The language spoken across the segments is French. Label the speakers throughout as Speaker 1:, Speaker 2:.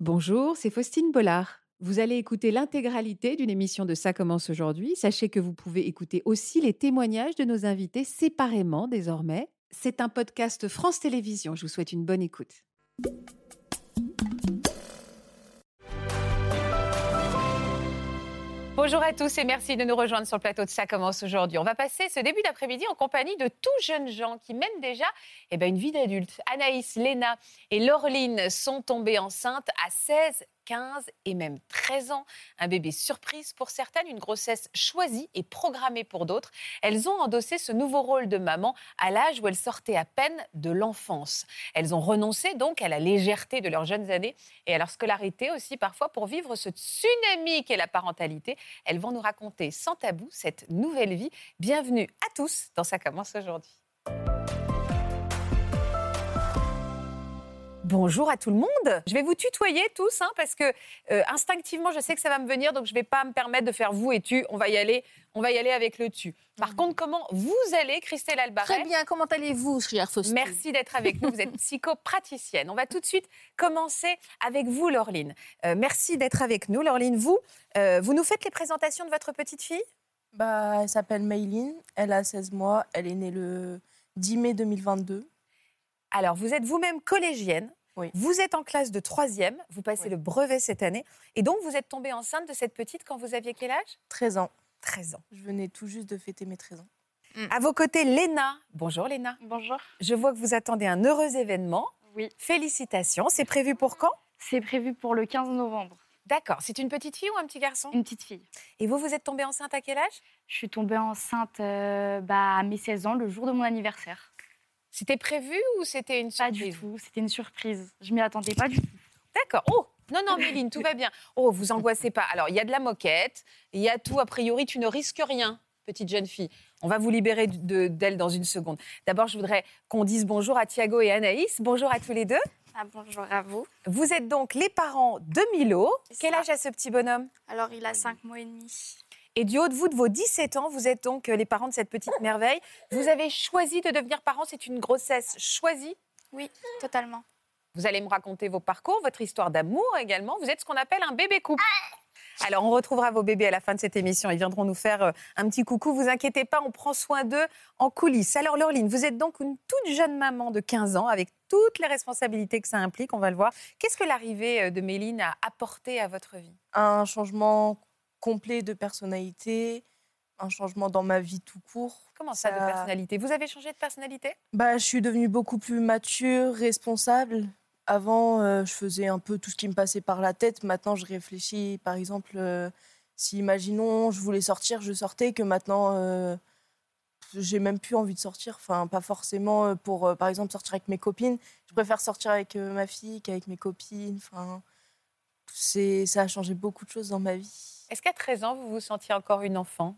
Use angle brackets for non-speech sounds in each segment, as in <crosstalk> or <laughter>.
Speaker 1: Bonjour, c'est Faustine Bollard. Vous allez écouter l'intégralité d'une émission de Ça commence aujourd'hui. Sachez que vous pouvez écouter aussi les témoignages de nos invités séparément désormais. C'est un podcast France Télévisions. Je vous souhaite une bonne écoute.
Speaker 2: Bonjour à tous et merci de nous rejoindre sur le plateau de Ça commence aujourd'hui. On va passer ce début d'après-midi en compagnie de tout jeunes gens qui mènent déjà eh ben, une vie d'adulte. Anaïs, Léna et Laureline sont tombées enceintes à 16, 15 et même 13 ans. Un bébé surprise pour certaines, une grossesse choisie et programmée pour d'autres. Elles ont endossé ce nouveau rôle de maman à l'âge où elles sortaient à peine de l'enfance. Elles ont renoncé donc à la légèreté de leurs jeunes années et à leur scolarité aussi parfois pour vivre ce tsunami qu'est la parentalité. Elles vont nous raconter sans tabou cette nouvelle vie. Bienvenue à tous dans Ça commence aujourd'hui. Bonjour à tout le monde. Je vais vous tutoyer tous hein, parce que euh, instinctivement, je sais que ça va me venir, donc je ne vais pas me permettre de faire vous et tu. On va y aller. On va y aller avec le tu. Par contre, comment vous allez, Christelle Albaret
Speaker 3: Mmh. Très bien, comment allez-vous, chère Faustine
Speaker 2: Merci d'être avec nous. Vous <laughs> êtes psychopraticienne. On va tout de suite commencer avec vous, Laureline. Euh, merci d'être avec nous, Laureline. Vous, euh, vous nous faites les présentations de votre petite fille
Speaker 4: Bah, elle s'appelle Mayline, elle a 16 mois, elle est née le 10 mai 2022.
Speaker 2: Alors, vous êtes vous-même collégienne.
Speaker 4: Oui.
Speaker 2: Vous êtes en classe de troisième. Vous passez
Speaker 4: Oui.
Speaker 2: le brevet cette année. Et donc, vous êtes tombée enceinte de cette petite quand vous aviez quel âge
Speaker 4: 13 ans.
Speaker 2: 13 ans.
Speaker 4: Je venais tout juste de fêter mes 13 ans.
Speaker 2: À vos côtés, Léna. Bonjour, Léna.
Speaker 5: Bonjour.
Speaker 2: Je vois que vous attendez un heureux événement.
Speaker 5: Oui,
Speaker 2: Félicitations. C'est prévu pour quand
Speaker 5: c'est prévu pour le 15 novembre.
Speaker 2: D'accord. C'est une petite fille ou un petit garçon
Speaker 5: Une petite fille.
Speaker 2: Et vous, vous êtes tombée enceinte à quel âge
Speaker 5: Je suis tombée enceinte euh, bah, à mes 16 ans, le jour de mon anniversaire.
Speaker 2: C'était prévu ou c'était une
Speaker 5: Pas
Speaker 2: surprise
Speaker 5: du tout, c'était une surprise. Je m'y attendais pas du tout.
Speaker 2: D'accord. Oh non, non, Méline, tout va bien. Oh, vous angoissez pas. Alors, il y a de la moquette, il y a tout. A priori, tu ne risques rien, petite jeune fille. On va vous libérer d- de- d'elle dans une seconde. D'abord, je voudrais qu'on dise bonjour à Thiago et Anaïs. Bonjour à tous les deux.
Speaker 6: Ah, bonjour à vous.
Speaker 2: Vous êtes donc les parents de Milo.
Speaker 6: C'est
Speaker 2: Quel
Speaker 6: ça.
Speaker 2: âge a ce petit bonhomme
Speaker 6: Alors, il a 5 mois et demi.
Speaker 2: Et du haut de vous, de vos 17 ans, vous êtes donc euh, les parents de cette petite merveille. Vous avez choisi de devenir parents. C'est une grossesse choisie.
Speaker 6: Totalement.
Speaker 2: Vous allez me raconter vos parcours, votre histoire d'amour également. Vous êtes ce qu'on appelle un bébé couple. Alors, on retrouvera vos bébés à la fin de cette émission. Ils viendront nous faire euh, un petit coucou. Vous inquiétez pas, on prend soin d'eux en coulisses. Alors, Laureline, vous êtes donc une toute jeune maman de 15 ans avec toutes les responsabilités que ça implique. On va le voir. Qu'est-ce que l'arrivée euh, de Méline a apporté à votre vie
Speaker 4: Un changement complet de personnalité, un changement dans ma vie tout court.
Speaker 2: Comment ça, de
Speaker 4: Ça-
Speaker 2: personnalité Vous avez changé de personnalité
Speaker 4: Bah, je suis devenue beaucoup plus mature, responsable. Avant, euh, je faisais un peu tout ce qui me passait par la tête. Maintenant, je réfléchis. Par exemple, euh, si imaginons, je voulais sortir, je sortais, que maintenant, euh, j'ai même plus envie de sortir. Enfin, pas forcément euh, pour, euh, par exemple, sortir avec mes copines. Je préfère sortir avec euh, ma fille qu'avec mes copines. Enfin, c'est, ça a changé beaucoup de choses dans ma vie.
Speaker 2: Est-ce qu'à 13 ans, vous vous sentiez encore une enfant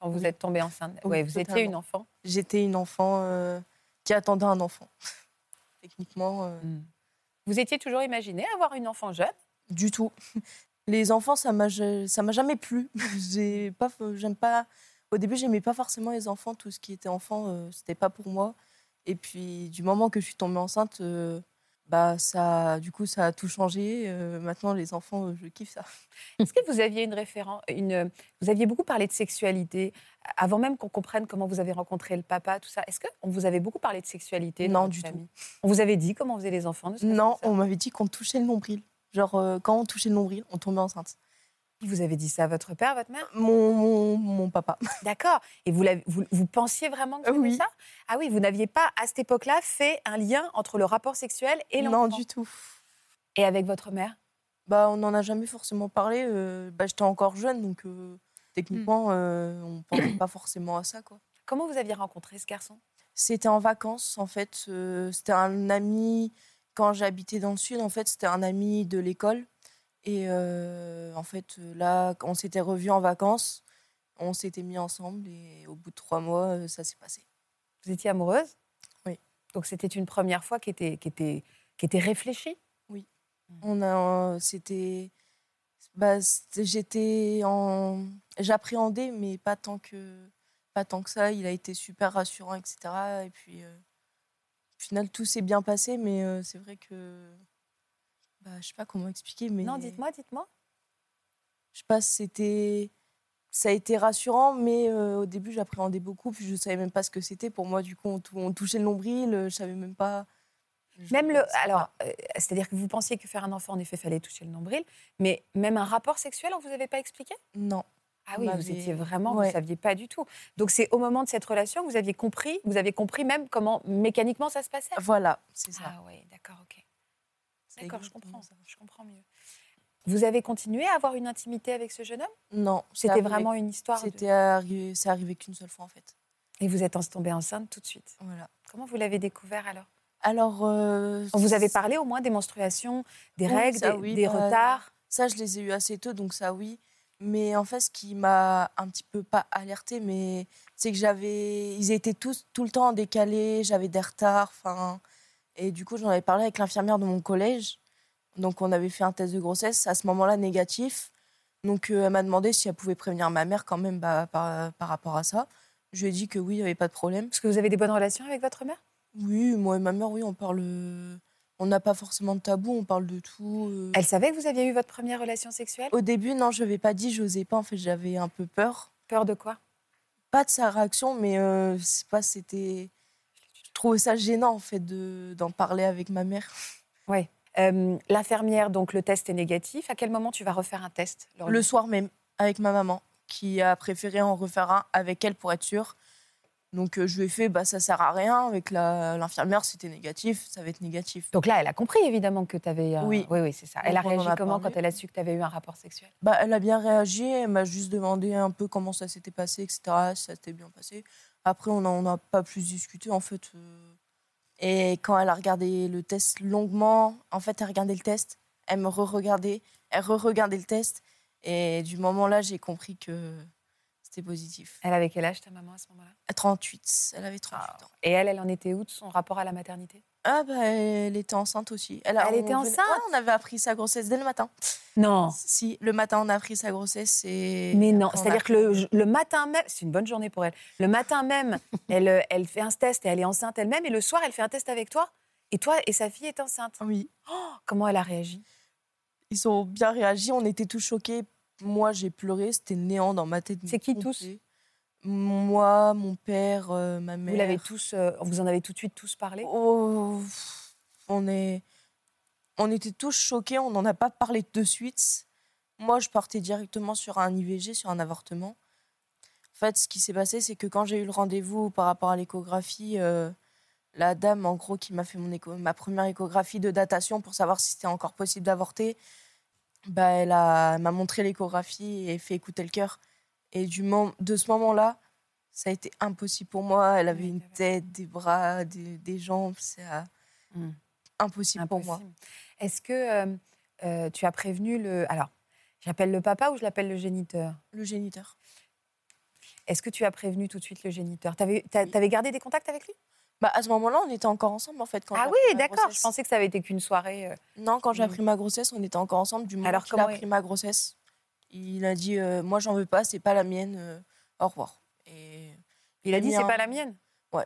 Speaker 2: quand vous
Speaker 4: Oui.
Speaker 2: êtes tombée enceinte
Speaker 4: Oui,
Speaker 2: Ouais, vous étiez
Speaker 4: totalement.
Speaker 2: une enfant.
Speaker 4: J'étais une enfant euh, qui attendait un enfant. <laughs> Techniquement. euh,
Speaker 2: Vous étiez toujours imaginé avoir une enfant jeune
Speaker 4: Du tout. <laughs> Les enfants, ça m'a ja- ça m'a jamais plu. <laughs> J'ai pas, j'aime pas. Au début, j'aimais pas forcément les enfants. Tout ce qui était enfant, euh, c'était pas pour moi. Et puis, du moment que je suis tombée enceinte, euh, bah ça, du coup, ça a tout changé. Euh, maintenant, les enfants, euh, je kiffe
Speaker 2: <laughs>
Speaker 4: ça. <laughs>
Speaker 2: Est-ce que vous aviez une référence une, euh, Vous aviez beaucoup parlé de sexualité, avant même qu'on comprenne comment vous avez rencontré le papa, tout ça. Est-ce qu'on vous avait beaucoup parlé de sexualité dans
Speaker 4: Non,
Speaker 2: votre
Speaker 4: du tout.
Speaker 2: famille On vous avait dit comment on faisait les enfants ne serait-ce que
Speaker 4: Non,
Speaker 2: ça
Speaker 4: on m'avait dit qu'on touchait le nombril. Genre, euh, quand on touchait le nombril, on tombait enceinte.
Speaker 2: Qui Vous avez dit ça à votre père, à votre mère
Speaker 4: Mon, mon, mon papa.
Speaker 2: D'accord. Et vous, l'avez- vous, vous pensiez vraiment que
Speaker 4: Euh,
Speaker 2: c'était
Speaker 4: oui.
Speaker 2: ça Ah oui, vous n'aviez pas, à cette époque-là, fait un lien entre le rapport sexuel et l'enfant.
Speaker 4: <laughs> non, du tout.
Speaker 2: Et avec votre mère
Speaker 4: Bah, on n'en a jamais forcément parlé. euh, bah, j'étais encore jeune, donc euh, techniquement, euh, on pensait pas forcément à ça, quoi.
Speaker 2: Comment vous aviez rencontré ce garçon
Speaker 4: C'était en vacances, en fait. euh, c'était un ami, quand j'habitais dans le sud, en fait, c'était un ami de l'école. Et euh, en fait, euh, là, on s'était revus en vacances, on s'était mis ensemble, et au bout de trois mois, euh, ça s'est passé.
Speaker 2: Vous étiez amoureuse
Speaker 4: Oui.
Speaker 2: Donc c'était une première fois qui était, qui était, qui était réfléchie
Speaker 4: On a, euh, c'était, bah, c'était- j'étais en, j'appréhendais, mais pas tant que, pas tant que ça. Il a été super rassurant, etc. Et puis, euh, au final, tout s'est bien passé, mais euh, c'est vrai que Bah, je sais pas comment expliquer, mais.
Speaker 2: Non, dites-moi, dites-moi.
Speaker 4: Je sais pas, c'était. Ça a été rassurant, mais euh, au début, j'appréhendais beaucoup, puis je savais même pas ce que c'était. Pour moi, du coup, on, tou- on touchait le nombril, euh, je savais même pas. Je-
Speaker 2: Même le.
Speaker 4: c'est pas-
Speaker 2: Alors, euh, c'est-à-dire que vous pensiez que faire un enfant, en effet, fallait toucher le nombril, mais même un rapport sexuel, on vous avait pas expliqué
Speaker 4: Non.
Speaker 2: Ah oui,
Speaker 4: On
Speaker 2: vous
Speaker 4: m'avait-
Speaker 2: étiez vraiment, vous
Speaker 4: Ouais.
Speaker 2: saviez pas du tout. Donc c'est au moment de cette relation que vous aviez compris, vous avez compris même comment mécaniquement ça se passait.
Speaker 4: Voilà, c'est ça.
Speaker 2: Ah oui, d'accord, ok.
Speaker 4: C'est
Speaker 2: D'accord, je
Speaker 4: exactement
Speaker 2: comprends,
Speaker 4: ça.
Speaker 2: je comprends mieux. Vous avez continué à avoir une intimité avec ce jeune homme
Speaker 4: Non. c'est
Speaker 2: C'était
Speaker 4: arrivé-
Speaker 2: vraiment une histoire. de-
Speaker 4: C'était arrivé, c'est arrivé qu'une seule fois en fait.
Speaker 2: Et vous êtes en- tombée enceinte tout de suite.
Speaker 4: Voilà.
Speaker 2: Comment vous l'avez découvert alors
Speaker 4: Alors. euh,
Speaker 2: On vous avait parlé au moins des menstruations, des
Speaker 4: Oui,
Speaker 2: règles,
Speaker 4: ça,
Speaker 2: des,
Speaker 4: oui,
Speaker 2: des
Speaker 4: bah,
Speaker 2: retards.
Speaker 4: Ça, je les ai eus assez tôt, donc ça, oui. Mais en fait, ce qui m'a un petit peu pas alerté, mais c'est que j'avais, ils étaient tous tout le temps décalés, j'avais des retards, enfin. Et du coup, j'en avais parlé avec l'infirmière de mon collège. Donc, on avait fait un test de grossesse à ce moment-là négatif. Donc, euh, elle m'a demandé si elle pouvait prévenir ma mère quand même bah, par, par rapport à ça. Je lui ai dit que oui, il n'y avait pas de problème.
Speaker 2: Parce que vous avez des bonnes relations avec votre mère
Speaker 4: Oui, moi et ma mère, oui, on parle. euh, On n'a pas forcément de tabou, on parle de tout. euh.
Speaker 2: Elle savait que vous aviez eu votre première relation sexuelle
Speaker 4: Au début, non, je n'avais pas dit, j'osais pas. En fait, j'avais un peu peur.
Speaker 2: Peur de quoi
Speaker 4: Pas de sa réaction, mais euh, je sais pas, c'était. Je trouvais ça gênant, en fait, de- d'en parler avec ma mère.
Speaker 2: Euh, L'infirmière, donc le test est négatif. À quel moment tu vas refaire un test Laurie
Speaker 4: Le soir même, avec ma maman, qui a préféré en refaire un avec elle pour être sûre. Donc, euh, je lui ai fait, bah, ça sert à rien. Avec la- l'infirmière, c'était négatif, ça va être négatif.
Speaker 2: Donc là, elle a compris évidemment que tu avais.
Speaker 4: Oui.
Speaker 2: oui, oui, c'est ça. Elle a
Speaker 4: Donc, on en
Speaker 2: réagi
Speaker 4: a
Speaker 2: comment
Speaker 4: parlé.
Speaker 2: quand elle a su que tu avais eu un rapport sexuel
Speaker 4: Bah, elle a bien réagi, elle m'a juste demandé un peu comment ça s'était passé, etc. Si ça s'était bien passé. Après, on n'en a pas plus discuté, en fait. euh. Et quand elle a regardé le test longuement, en fait, elle regardait le test, elle me re-regardait, elle re-regardait le test. Et du moment-là, j'ai compris que c'était positif.
Speaker 2: Elle avait quel âge ta maman à ce moment-là
Speaker 4: À 38, elle avait 38 ans.
Speaker 2: Et elle, elle en était où de son rapport à la maternité
Speaker 4: Ah, bah, elle était enceinte aussi. a-
Speaker 2: Elle
Speaker 4: on
Speaker 2: était
Speaker 4: venait-
Speaker 2: enceinte
Speaker 4: Ouais, On avait appris sa grossesse dès le matin.
Speaker 2: Non.
Speaker 4: Si, le matin, on a appris sa grossesse et.
Speaker 2: Mais non,
Speaker 4: après, on a
Speaker 2: c'est-à-dire que le, le matin même, c'est une bonne journée pour elle. Le matin <laughs> même, elle, euh, elle fait un test et elle est enceinte elle-même. Et le soir, elle fait un test avec toi. Et toi et sa fille est enceinte.
Speaker 4: Oui.
Speaker 2: Comment elle a réagi
Speaker 4: ils ont bien réagi. On était tous choqués. Moi, j'ai pleuré. C'était le néant dans ma tête.
Speaker 2: C'est qui tous
Speaker 4: Complet. Moi, mon père, euh, ma mère.
Speaker 2: Vous l'avez tous, euh, vous en avez tout de suite tous parlé.
Speaker 4: Oh, pff, on est, on était tous choqués. On n'en a pas parlé de suite. Moi, je partais directement sur un IVG, sur un avortement. En fait, ce qui s'est passé, c'est que quand j'ai eu le rendez-vous par rapport à l'échographie, euh, la dame, en gros, qui m'a fait mon écho- ma première échographie de datation pour savoir si c'était encore possible d'avorter, bah, elle a- elle m'a montré l'échographie et fait écouter le cœur. Et du mom- de ce moment-là, ça a été impossible pour moi. Elle avait
Speaker 2: Oui,
Speaker 4: une
Speaker 2: t'avais-
Speaker 4: tête, des bras, des, des jambes. C'est euh,
Speaker 2: Mm.
Speaker 4: impossible, pour moi.
Speaker 2: Impossible. Est-ce que euh, euh, tu as prévenu le. Alors, j'appelle le papa ou je l'appelle le géniteur
Speaker 4: Le géniteur.
Speaker 2: Est-ce que tu as prévenu tout de suite le géniteur T'avais t'as- t'avais gardé des contacts avec lui
Speaker 4: Bah, à ce moment-là, on était encore ensemble, en fait. Quand
Speaker 2: Ah
Speaker 4: j'ai
Speaker 2: oui,
Speaker 4: appris ma
Speaker 2: d'accord. Je
Speaker 4: grossesse.
Speaker 2: pensais que ça avait été qu'une soirée. euh.
Speaker 4: Non, quand j'ai
Speaker 2: Mm.
Speaker 4: appris ma grossesse, on était encore ensemble. Du moment
Speaker 2: Alors,
Speaker 4: qu'il
Speaker 2: comment
Speaker 4: a
Speaker 2: il-
Speaker 4: appris ma grossesse, il a dit euh, Moi, j'en veux pas, c'est pas la mienne, euh, au revoir. Et,
Speaker 2: Il a dit
Speaker 4: bien.
Speaker 2: c'est pas la mienne.
Speaker 4: Ouais.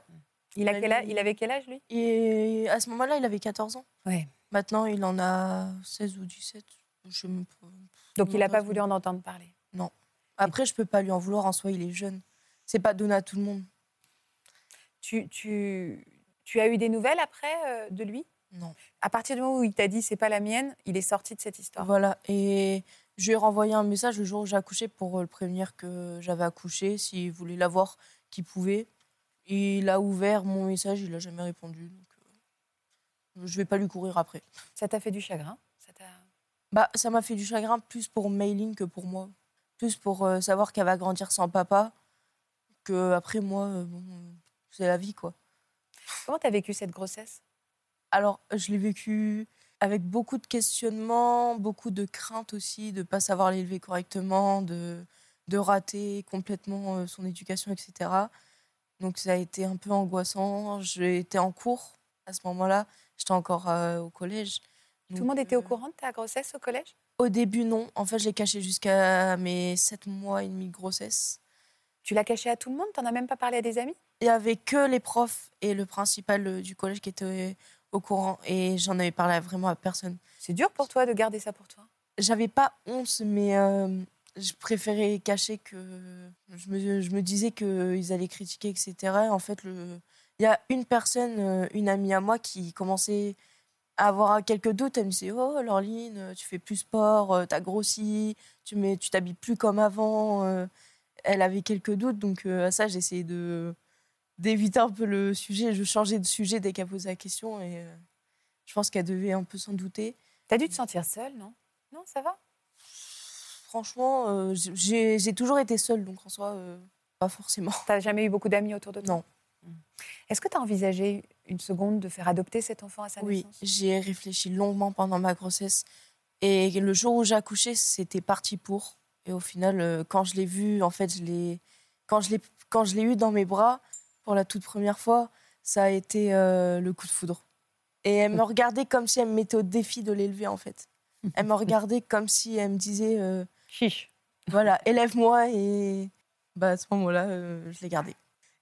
Speaker 2: Il, a
Speaker 4: Il a
Speaker 2: quel âge-
Speaker 4: dit-
Speaker 2: il avait quel âge lui
Speaker 4: et à ce moment-là, il avait 14 ans.
Speaker 2: Ouais.
Speaker 4: Maintenant, il en a 16 ou 17. Je sais même pas.
Speaker 2: Donc
Speaker 4: Non,
Speaker 2: il n'a
Speaker 4: pas
Speaker 2: pas
Speaker 4: ce
Speaker 2: voulu en entendre parler.
Speaker 4: Après, je peux pas lui en vouloir, en soi, il est jeune. C'est pas donné à tout le monde.
Speaker 2: Tu, tu, tu as eu des nouvelles après euh, de lui
Speaker 4: Non.
Speaker 2: À partir du moment où il t'a dit c'est pas la mienne, il est sorti de cette histoire.
Speaker 4: Voilà. Et je lui ai renvoyé un message le jour où j'ai accouché pour euh, le prévenir que j'avais accouché, s'il voulait la voir, qu'il pouvait. Il a ouvert mon message, il n'a jamais répondu. Donc, euh, je vais pas lui courir après.
Speaker 2: Ça t'a fait du chagrin Ça t'a-
Speaker 4: Bah, ça m'a fait du chagrin plus pour Mailing que pour moi. Plus pour euh, savoir qu'elle va grandir sans papa. Que après moi, euh, bon, euh, c'est la vie quoi.
Speaker 2: Comment t'as vécu cette grossesse
Speaker 4: Alors, je l'ai vécu avec beaucoup de questionnements, beaucoup de craintes aussi de ne pas savoir l'élever correctement, de, de rater complètement euh, son éducation, etc. Donc, ça a été un peu angoissant. J'étais en cours à ce moment-là. J'étais encore euh, au collège.
Speaker 2: Tout
Speaker 4: Donc,
Speaker 2: le monde était au
Speaker 4: euh,
Speaker 2: courant de ta grossesse au collège
Speaker 4: Au début, non. En fait, je l'ai caché jusqu'à mes 7 mois et demi de grossesse.
Speaker 2: Tu l'as caché à tout le monde T'en as même pas parlé à des amis
Speaker 4: Il n'y avait que les profs et le principal euh, du collège qui était au courant et j'en avais parlé à- vraiment à personne.
Speaker 2: C'est dur pour toi de garder ça pour toi
Speaker 4: J'avais pas honte, mais euh, je préférais cacher que. Je me, je me disais qu'ils allaient critiquer, etc. En fait, le... il y a une personne, euh, une amie à moi, qui commençait à avoir quelques doutes. Elle me disait Oh, Laureline, tu fais plus sport, euh, t'as grossi, tu mets- tu t'habilles plus comme avant. euh. Elle avait quelques doutes, donc euh, à ça, j'essayais de d'éviter un peu le sujet. Je changeais de sujet dès qu'elle posait la question et euh, je pense qu'elle devait un peu s'en douter.
Speaker 2: T'as dû te sentir seule, non Non, ça va
Speaker 4: Franchement, euh, j'ai j'ai toujours été seule, donc en soi, euh, pas forcément.
Speaker 2: T'as jamais eu beaucoup d'amis autour de toi
Speaker 4: Non.
Speaker 2: Mm. Est-ce que t'as envisagé une seconde de faire adopter cet enfant à sa
Speaker 4: Oui,
Speaker 2: naissance
Speaker 4: j'ai réfléchi longuement pendant ma grossesse. Et le jour où j'ai accouché, c'était parti pour. Et au final, euh, quand je l'ai vu, en fait, je l'ai, quand je l'ai, quand je l'ai eu dans mes bras pour la toute première fois, ça a été euh, le coup de foudre. Et elle me regardait comme si elle me mettait au défi de l'élever, en fait. Elle me regardait comme si elle me disait, euh,
Speaker 7: Chiche.
Speaker 4: voilà, élève-moi. Et bah, à ce moment-là, euh, je l'ai gardé.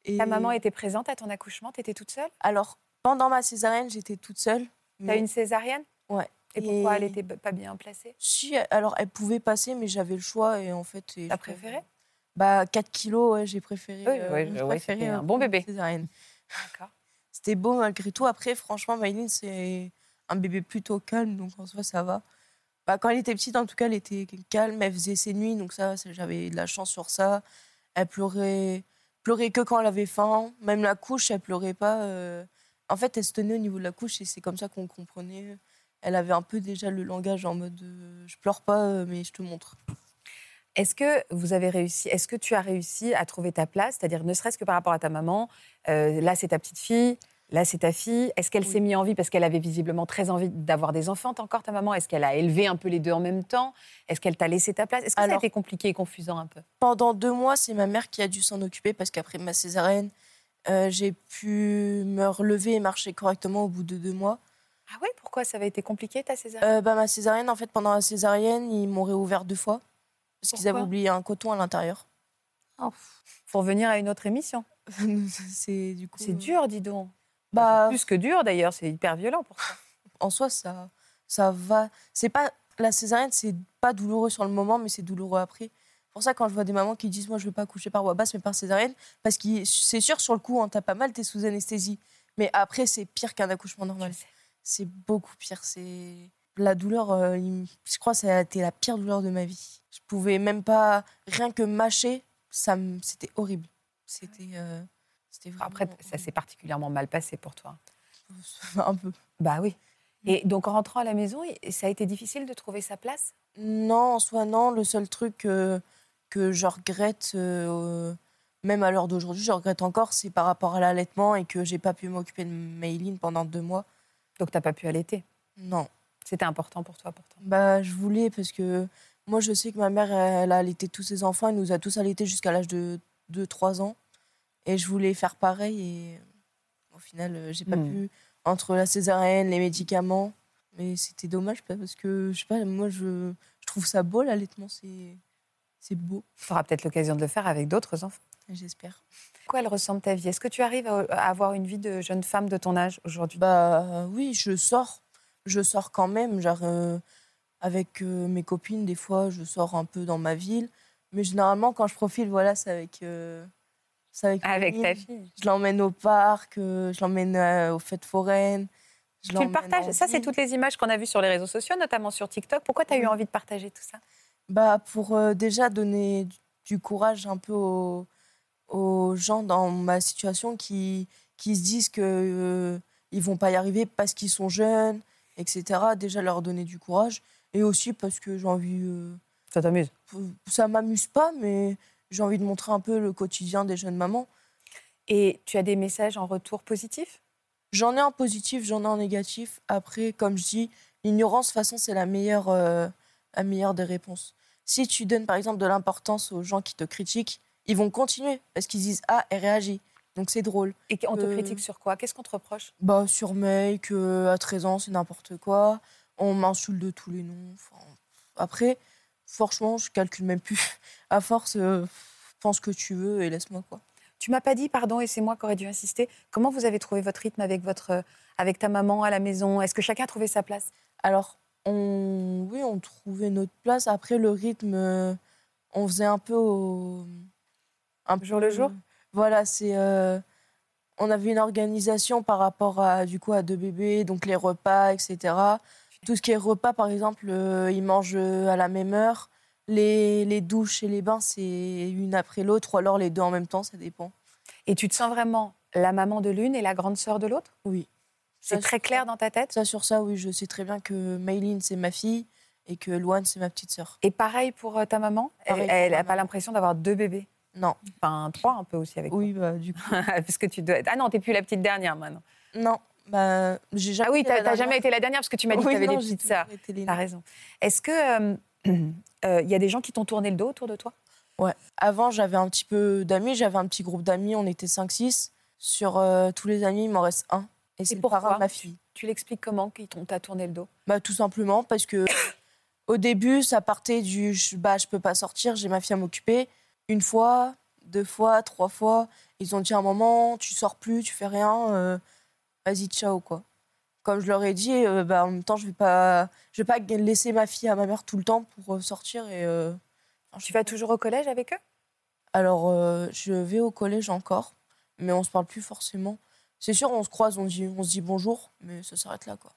Speaker 4: Et...
Speaker 2: Ta maman était présente à ton accouchement T'étais toute seule
Speaker 4: Alors, pendant ma césarienne, j'étais toute seule.
Speaker 2: T'as
Speaker 4: mais-
Speaker 2: eu une césarienne
Speaker 4: Ouais.
Speaker 2: Et pourquoi
Speaker 4: Et-
Speaker 2: elle était b- pas bien placée
Speaker 4: Si, alors elle pouvait passer, mais j'avais le choix et en fait. et
Speaker 2: T'as
Speaker 4: je-
Speaker 2: préféré
Speaker 4: Bah 4 kilos, ouais, j'ai préféré.
Speaker 2: Oui, oui,
Speaker 4: j'ai
Speaker 7: je- ouais,
Speaker 4: préféré,
Speaker 7: c'était un
Speaker 4: euh,
Speaker 7: bon bébé.
Speaker 4: césarienne.
Speaker 2: D'accord.
Speaker 4: C'était beau malgré tout. Après, franchement, Maïline, c'est un bébé plutôt calme, donc en soi, ça va. Bah, quand elle était petite, en tout cas, elle était calme, elle faisait ses nuits, donc ça, ça, j'avais de la chance sur ça. Elle pleurait, pleurait que quand elle avait faim. Même la couche, elle pleurait pas. euh, En fait, elle se tenait au niveau de la couche et c'est comme ça qu'on comprenait. Elle avait un peu déjà le langage en mode euh, je pleure pas, euh, mais je te montre.
Speaker 2: Est-ce que vous avez réussi Est-ce que tu as réussi à trouver ta place C'est-à-dire, ne serait-ce que par rapport à ta maman, euh, là c'est ta petite fille, là c'est ta fille. Est-ce qu'elle
Speaker 4: Oui.
Speaker 2: s'est mise en vie parce qu'elle avait visiblement très envie d'avoir des enfants t'as encore ta maman Est-ce qu'elle a élevé un peu les deux en même temps Est-ce qu'elle t'a laissé ta place Est-ce que ça a
Speaker 4: Alors-
Speaker 2: été compliqué et confusant un peu
Speaker 4: pendant deux mois, c'est ma mère qui a dû s'en occuper parce qu'après ma césarienne, euh, j'ai pu me relever et marcher correctement au bout de deux mois.
Speaker 2: Ah oui, pourquoi ça avait été compliqué ta césarienne
Speaker 4: Euh, bah, ma césarienne, en fait, pendant la césarienne, ils m'ont réouvert deux fois parce qu'ils avaient
Speaker 2: Pourquoi
Speaker 4: oublié un coton à l'intérieur.
Speaker 2: Pour venir à une autre émission.
Speaker 4: <laughs> c'est du coup.
Speaker 2: C'est
Speaker 4: euh,
Speaker 2: dur, dis donc.
Speaker 4: Bah,
Speaker 2: Plus que dur d'ailleurs, c'est hyper violent pour toi.
Speaker 4: en soi, ça, ça va. C'est pas la césarienne, c'est pas douloureux sur le moment, mais c'est douloureux après. Pour ça, quand je vois des mamans qui disent, moi, je veux pas coucher par voie basse, mais par césarienne, parce que c'est sûr sur le coup, on t'a pas mal, t'es sous anesthésie, mais après, c'est pire qu'un accouchement normal. C'est beaucoup pire. C'est la douleur. euh, il- Je crois que ça a été la pire douleur de ma vie. Je pouvais même pas rien que mâcher. Ça, me- c'était horrible. C'était, euh, c'était vraiment.
Speaker 2: Après, ça s'est particulièrement mal passé pour toi.
Speaker 4: <laughs> un peu.
Speaker 2: Bah oui. Et donc en rentrant à la maison, et- ça a été difficile de trouver sa place
Speaker 4: Non, en soi, non. Le seul truc euh, que je regrette, euh, même à l'heure d'aujourd'hui, je regrette encore, c'est par rapport à l'allaitement et que j'ai pas pu m'occuper de Mayline pendant deux mois.
Speaker 2: Donc t'as pas pu allaiter.
Speaker 4: Non.
Speaker 2: C'était important pour toi pourtant.
Speaker 4: Bah, je voulais parce que moi, je sais que ma mère, elle a allaité tous ses enfants. Elle nous a tous allaités jusqu'à l'âge de 2-3 ans. Et je voulais faire pareil. Et au final, euh, j'ai pas
Speaker 2: Hmm.
Speaker 4: pu. Entre la césarienne, les médicaments. Mais c'était dommage parce que, je sais pas, moi, je, je trouve ça beau, l'allaitement. C'est c'est beau,
Speaker 2: Tu auras peut-être l'occasion de le faire avec d'autres enfants.
Speaker 4: j'espère.
Speaker 2: À quoi elle ressemble ta vie Est-ce que tu arrives à à avoir une vie de jeune femme de ton âge aujourd'hui
Speaker 4: Bah oui, je sors. Je sors quand même. Genre, euh, avec euh, mes copines, des fois, je sors un peu dans ma ville. Mais généralement, quand je profile, voilà, c'est avec. euh, c'est avec,
Speaker 2: Avec ta
Speaker 4: Pauline.
Speaker 2: fille.
Speaker 4: Je l'emmène au parc, euh, je l'emmène euh, aux fêtes foraines. je
Speaker 2: Tu le
Speaker 4: l'emmène
Speaker 2: partages
Speaker 4: en
Speaker 2: Ça, c'est
Speaker 4: ville.
Speaker 2: toutes les images qu'on a vues sur les réseaux sociaux, notamment sur TikTok. Pourquoi tu as eu
Speaker 4: Oui.
Speaker 2: envie de partager tout ça
Speaker 4: Bah, pour euh, déjà donner du- du courage un peu aux, aux gens dans ma situation qui, qui se disent que euh, ils vont pas y arriver parce qu'ils sont jeunes, etc. Déjà leur donner du courage et aussi parce que j'ai envie. euh,
Speaker 2: Ça t'amuse
Speaker 4: ça m'amuse pas, mais j'ai envie de montrer un peu le quotidien des jeunes mamans.
Speaker 2: Et tu as des messages en retour positifs
Speaker 4: J'en ai en positif, j'en ai en négatif. Après, comme je dis, l'ignorance, de toute façon, c'est la meilleure, euh, la meilleure des réponses. Si tu donnes, par exemple, de l'importance aux gens qui te critiquent, ils vont continuer parce qu'ils disent Ah, elle réagit. Donc c'est drôle.
Speaker 2: Et on te
Speaker 4: Euh.
Speaker 2: critique sur quoi Qu'est-ce qu'on te reproche
Speaker 4: Bah, sur May, que à 13 ans, c'est n'importe quoi. On m'insulte de tous les noms. Enfin, après, <laughs> franchement, je calcule même plus. À force, euh, pense que tu veux et laisse-moi quoi.
Speaker 2: tu m'as pas dit pardon et c'est moi qui aurais dû insister. Comment vous avez trouvé votre rythme avec, votre, euh, avec ta maman à la maison Est-ce que chacun a trouvé sa place
Speaker 4: Alors, on, oui, on trouvait notre place. Après, le rythme, euh, on faisait un peu au. Un
Speaker 2: Jour le jour
Speaker 4: Voilà, c'est. euh, on avait une organisation par rapport à, du coup, à deux bébés, donc les repas, etc. Tout ce qui est repas, par exemple, euh, ils mangent euh, à la même heure. Les, les douches et les bains, c'est une après l'autre, ou alors les deux en même temps, ça dépend.
Speaker 2: Et tu te sens vraiment la maman de l'une et la grande sœur de l'autre
Speaker 4: Oui.
Speaker 2: C'est
Speaker 4: Ça,
Speaker 2: très
Speaker 4: c'est-
Speaker 2: clair dans ta tête
Speaker 4: Ça, sur ça, oui, je sais très bien que Mayline, c'est ma fille et que Loane, c'est ma petite sœur.
Speaker 2: Et pareil pour euh, ta maman
Speaker 4: Pareil pour
Speaker 2: Elle
Speaker 4: ma
Speaker 2: n'a pas
Speaker 4: maman.
Speaker 2: l'impression d'avoir deux bébés
Speaker 4: Non.
Speaker 2: Enfin, trois un peu aussi avec
Speaker 4: Oui, bah, du coup.
Speaker 2: toi. <laughs> Parce que tu dois être... Ah non, t'es plus la petite dernière maintenant.
Speaker 4: Non, bah, j'ai jamais.
Speaker 2: Ah oui,
Speaker 4: été
Speaker 2: t'as
Speaker 4: la
Speaker 2: t'as jamais
Speaker 4: dernière.
Speaker 2: été la dernière parce que tu m'as dit
Speaker 4: Oui,
Speaker 2: que t'avais
Speaker 4: non,
Speaker 2: des
Speaker 4: j'ai
Speaker 2: petites
Speaker 4: toujours
Speaker 2: sœurs.
Speaker 4: été l'aînée.
Speaker 2: T'as raison. Est-ce que... euh, <clears throat> euh, Il y a des gens qui t'ont tourné le dos autour de toi
Speaker 4: Avant, j'avais un petit peu d'amis, j'avais un petit groupe d'amis, on était 5-6. Sur euh, tous les amis, il m'en reste un. Et c'est le
Speaker 2: pourquoi
Speaker 4: parrain de ma fille.
Speaker 2: Tu l'expliques comment qu'ils t'ont t'a tourné le dos
Speaker 4: Bah, tout simplement parce que au début, ça partait du je- bah, je peux pas sortir, j'ai ma fille à m'occuper. Une fois, deux fois, trois fois, ils ont dit à un moment tu sors plus, tu fais rien, euh, vas-y, ciao quoi. Comme je leur ai dit, euh, bah, en même temps, je vais pas, je vais pas laisser ma fille à ma mère tout le temps pour euh, sortir. Et, euh,
Speaker 2: Tu vas toujours au collège avec eux
Speaker 4: Alors, euh, je vais au collège encore, mais on se parle plus forcément. C'est sûr, on se croise, on, dit, on se dit bonjour, mais ça s'arrête là, quoi.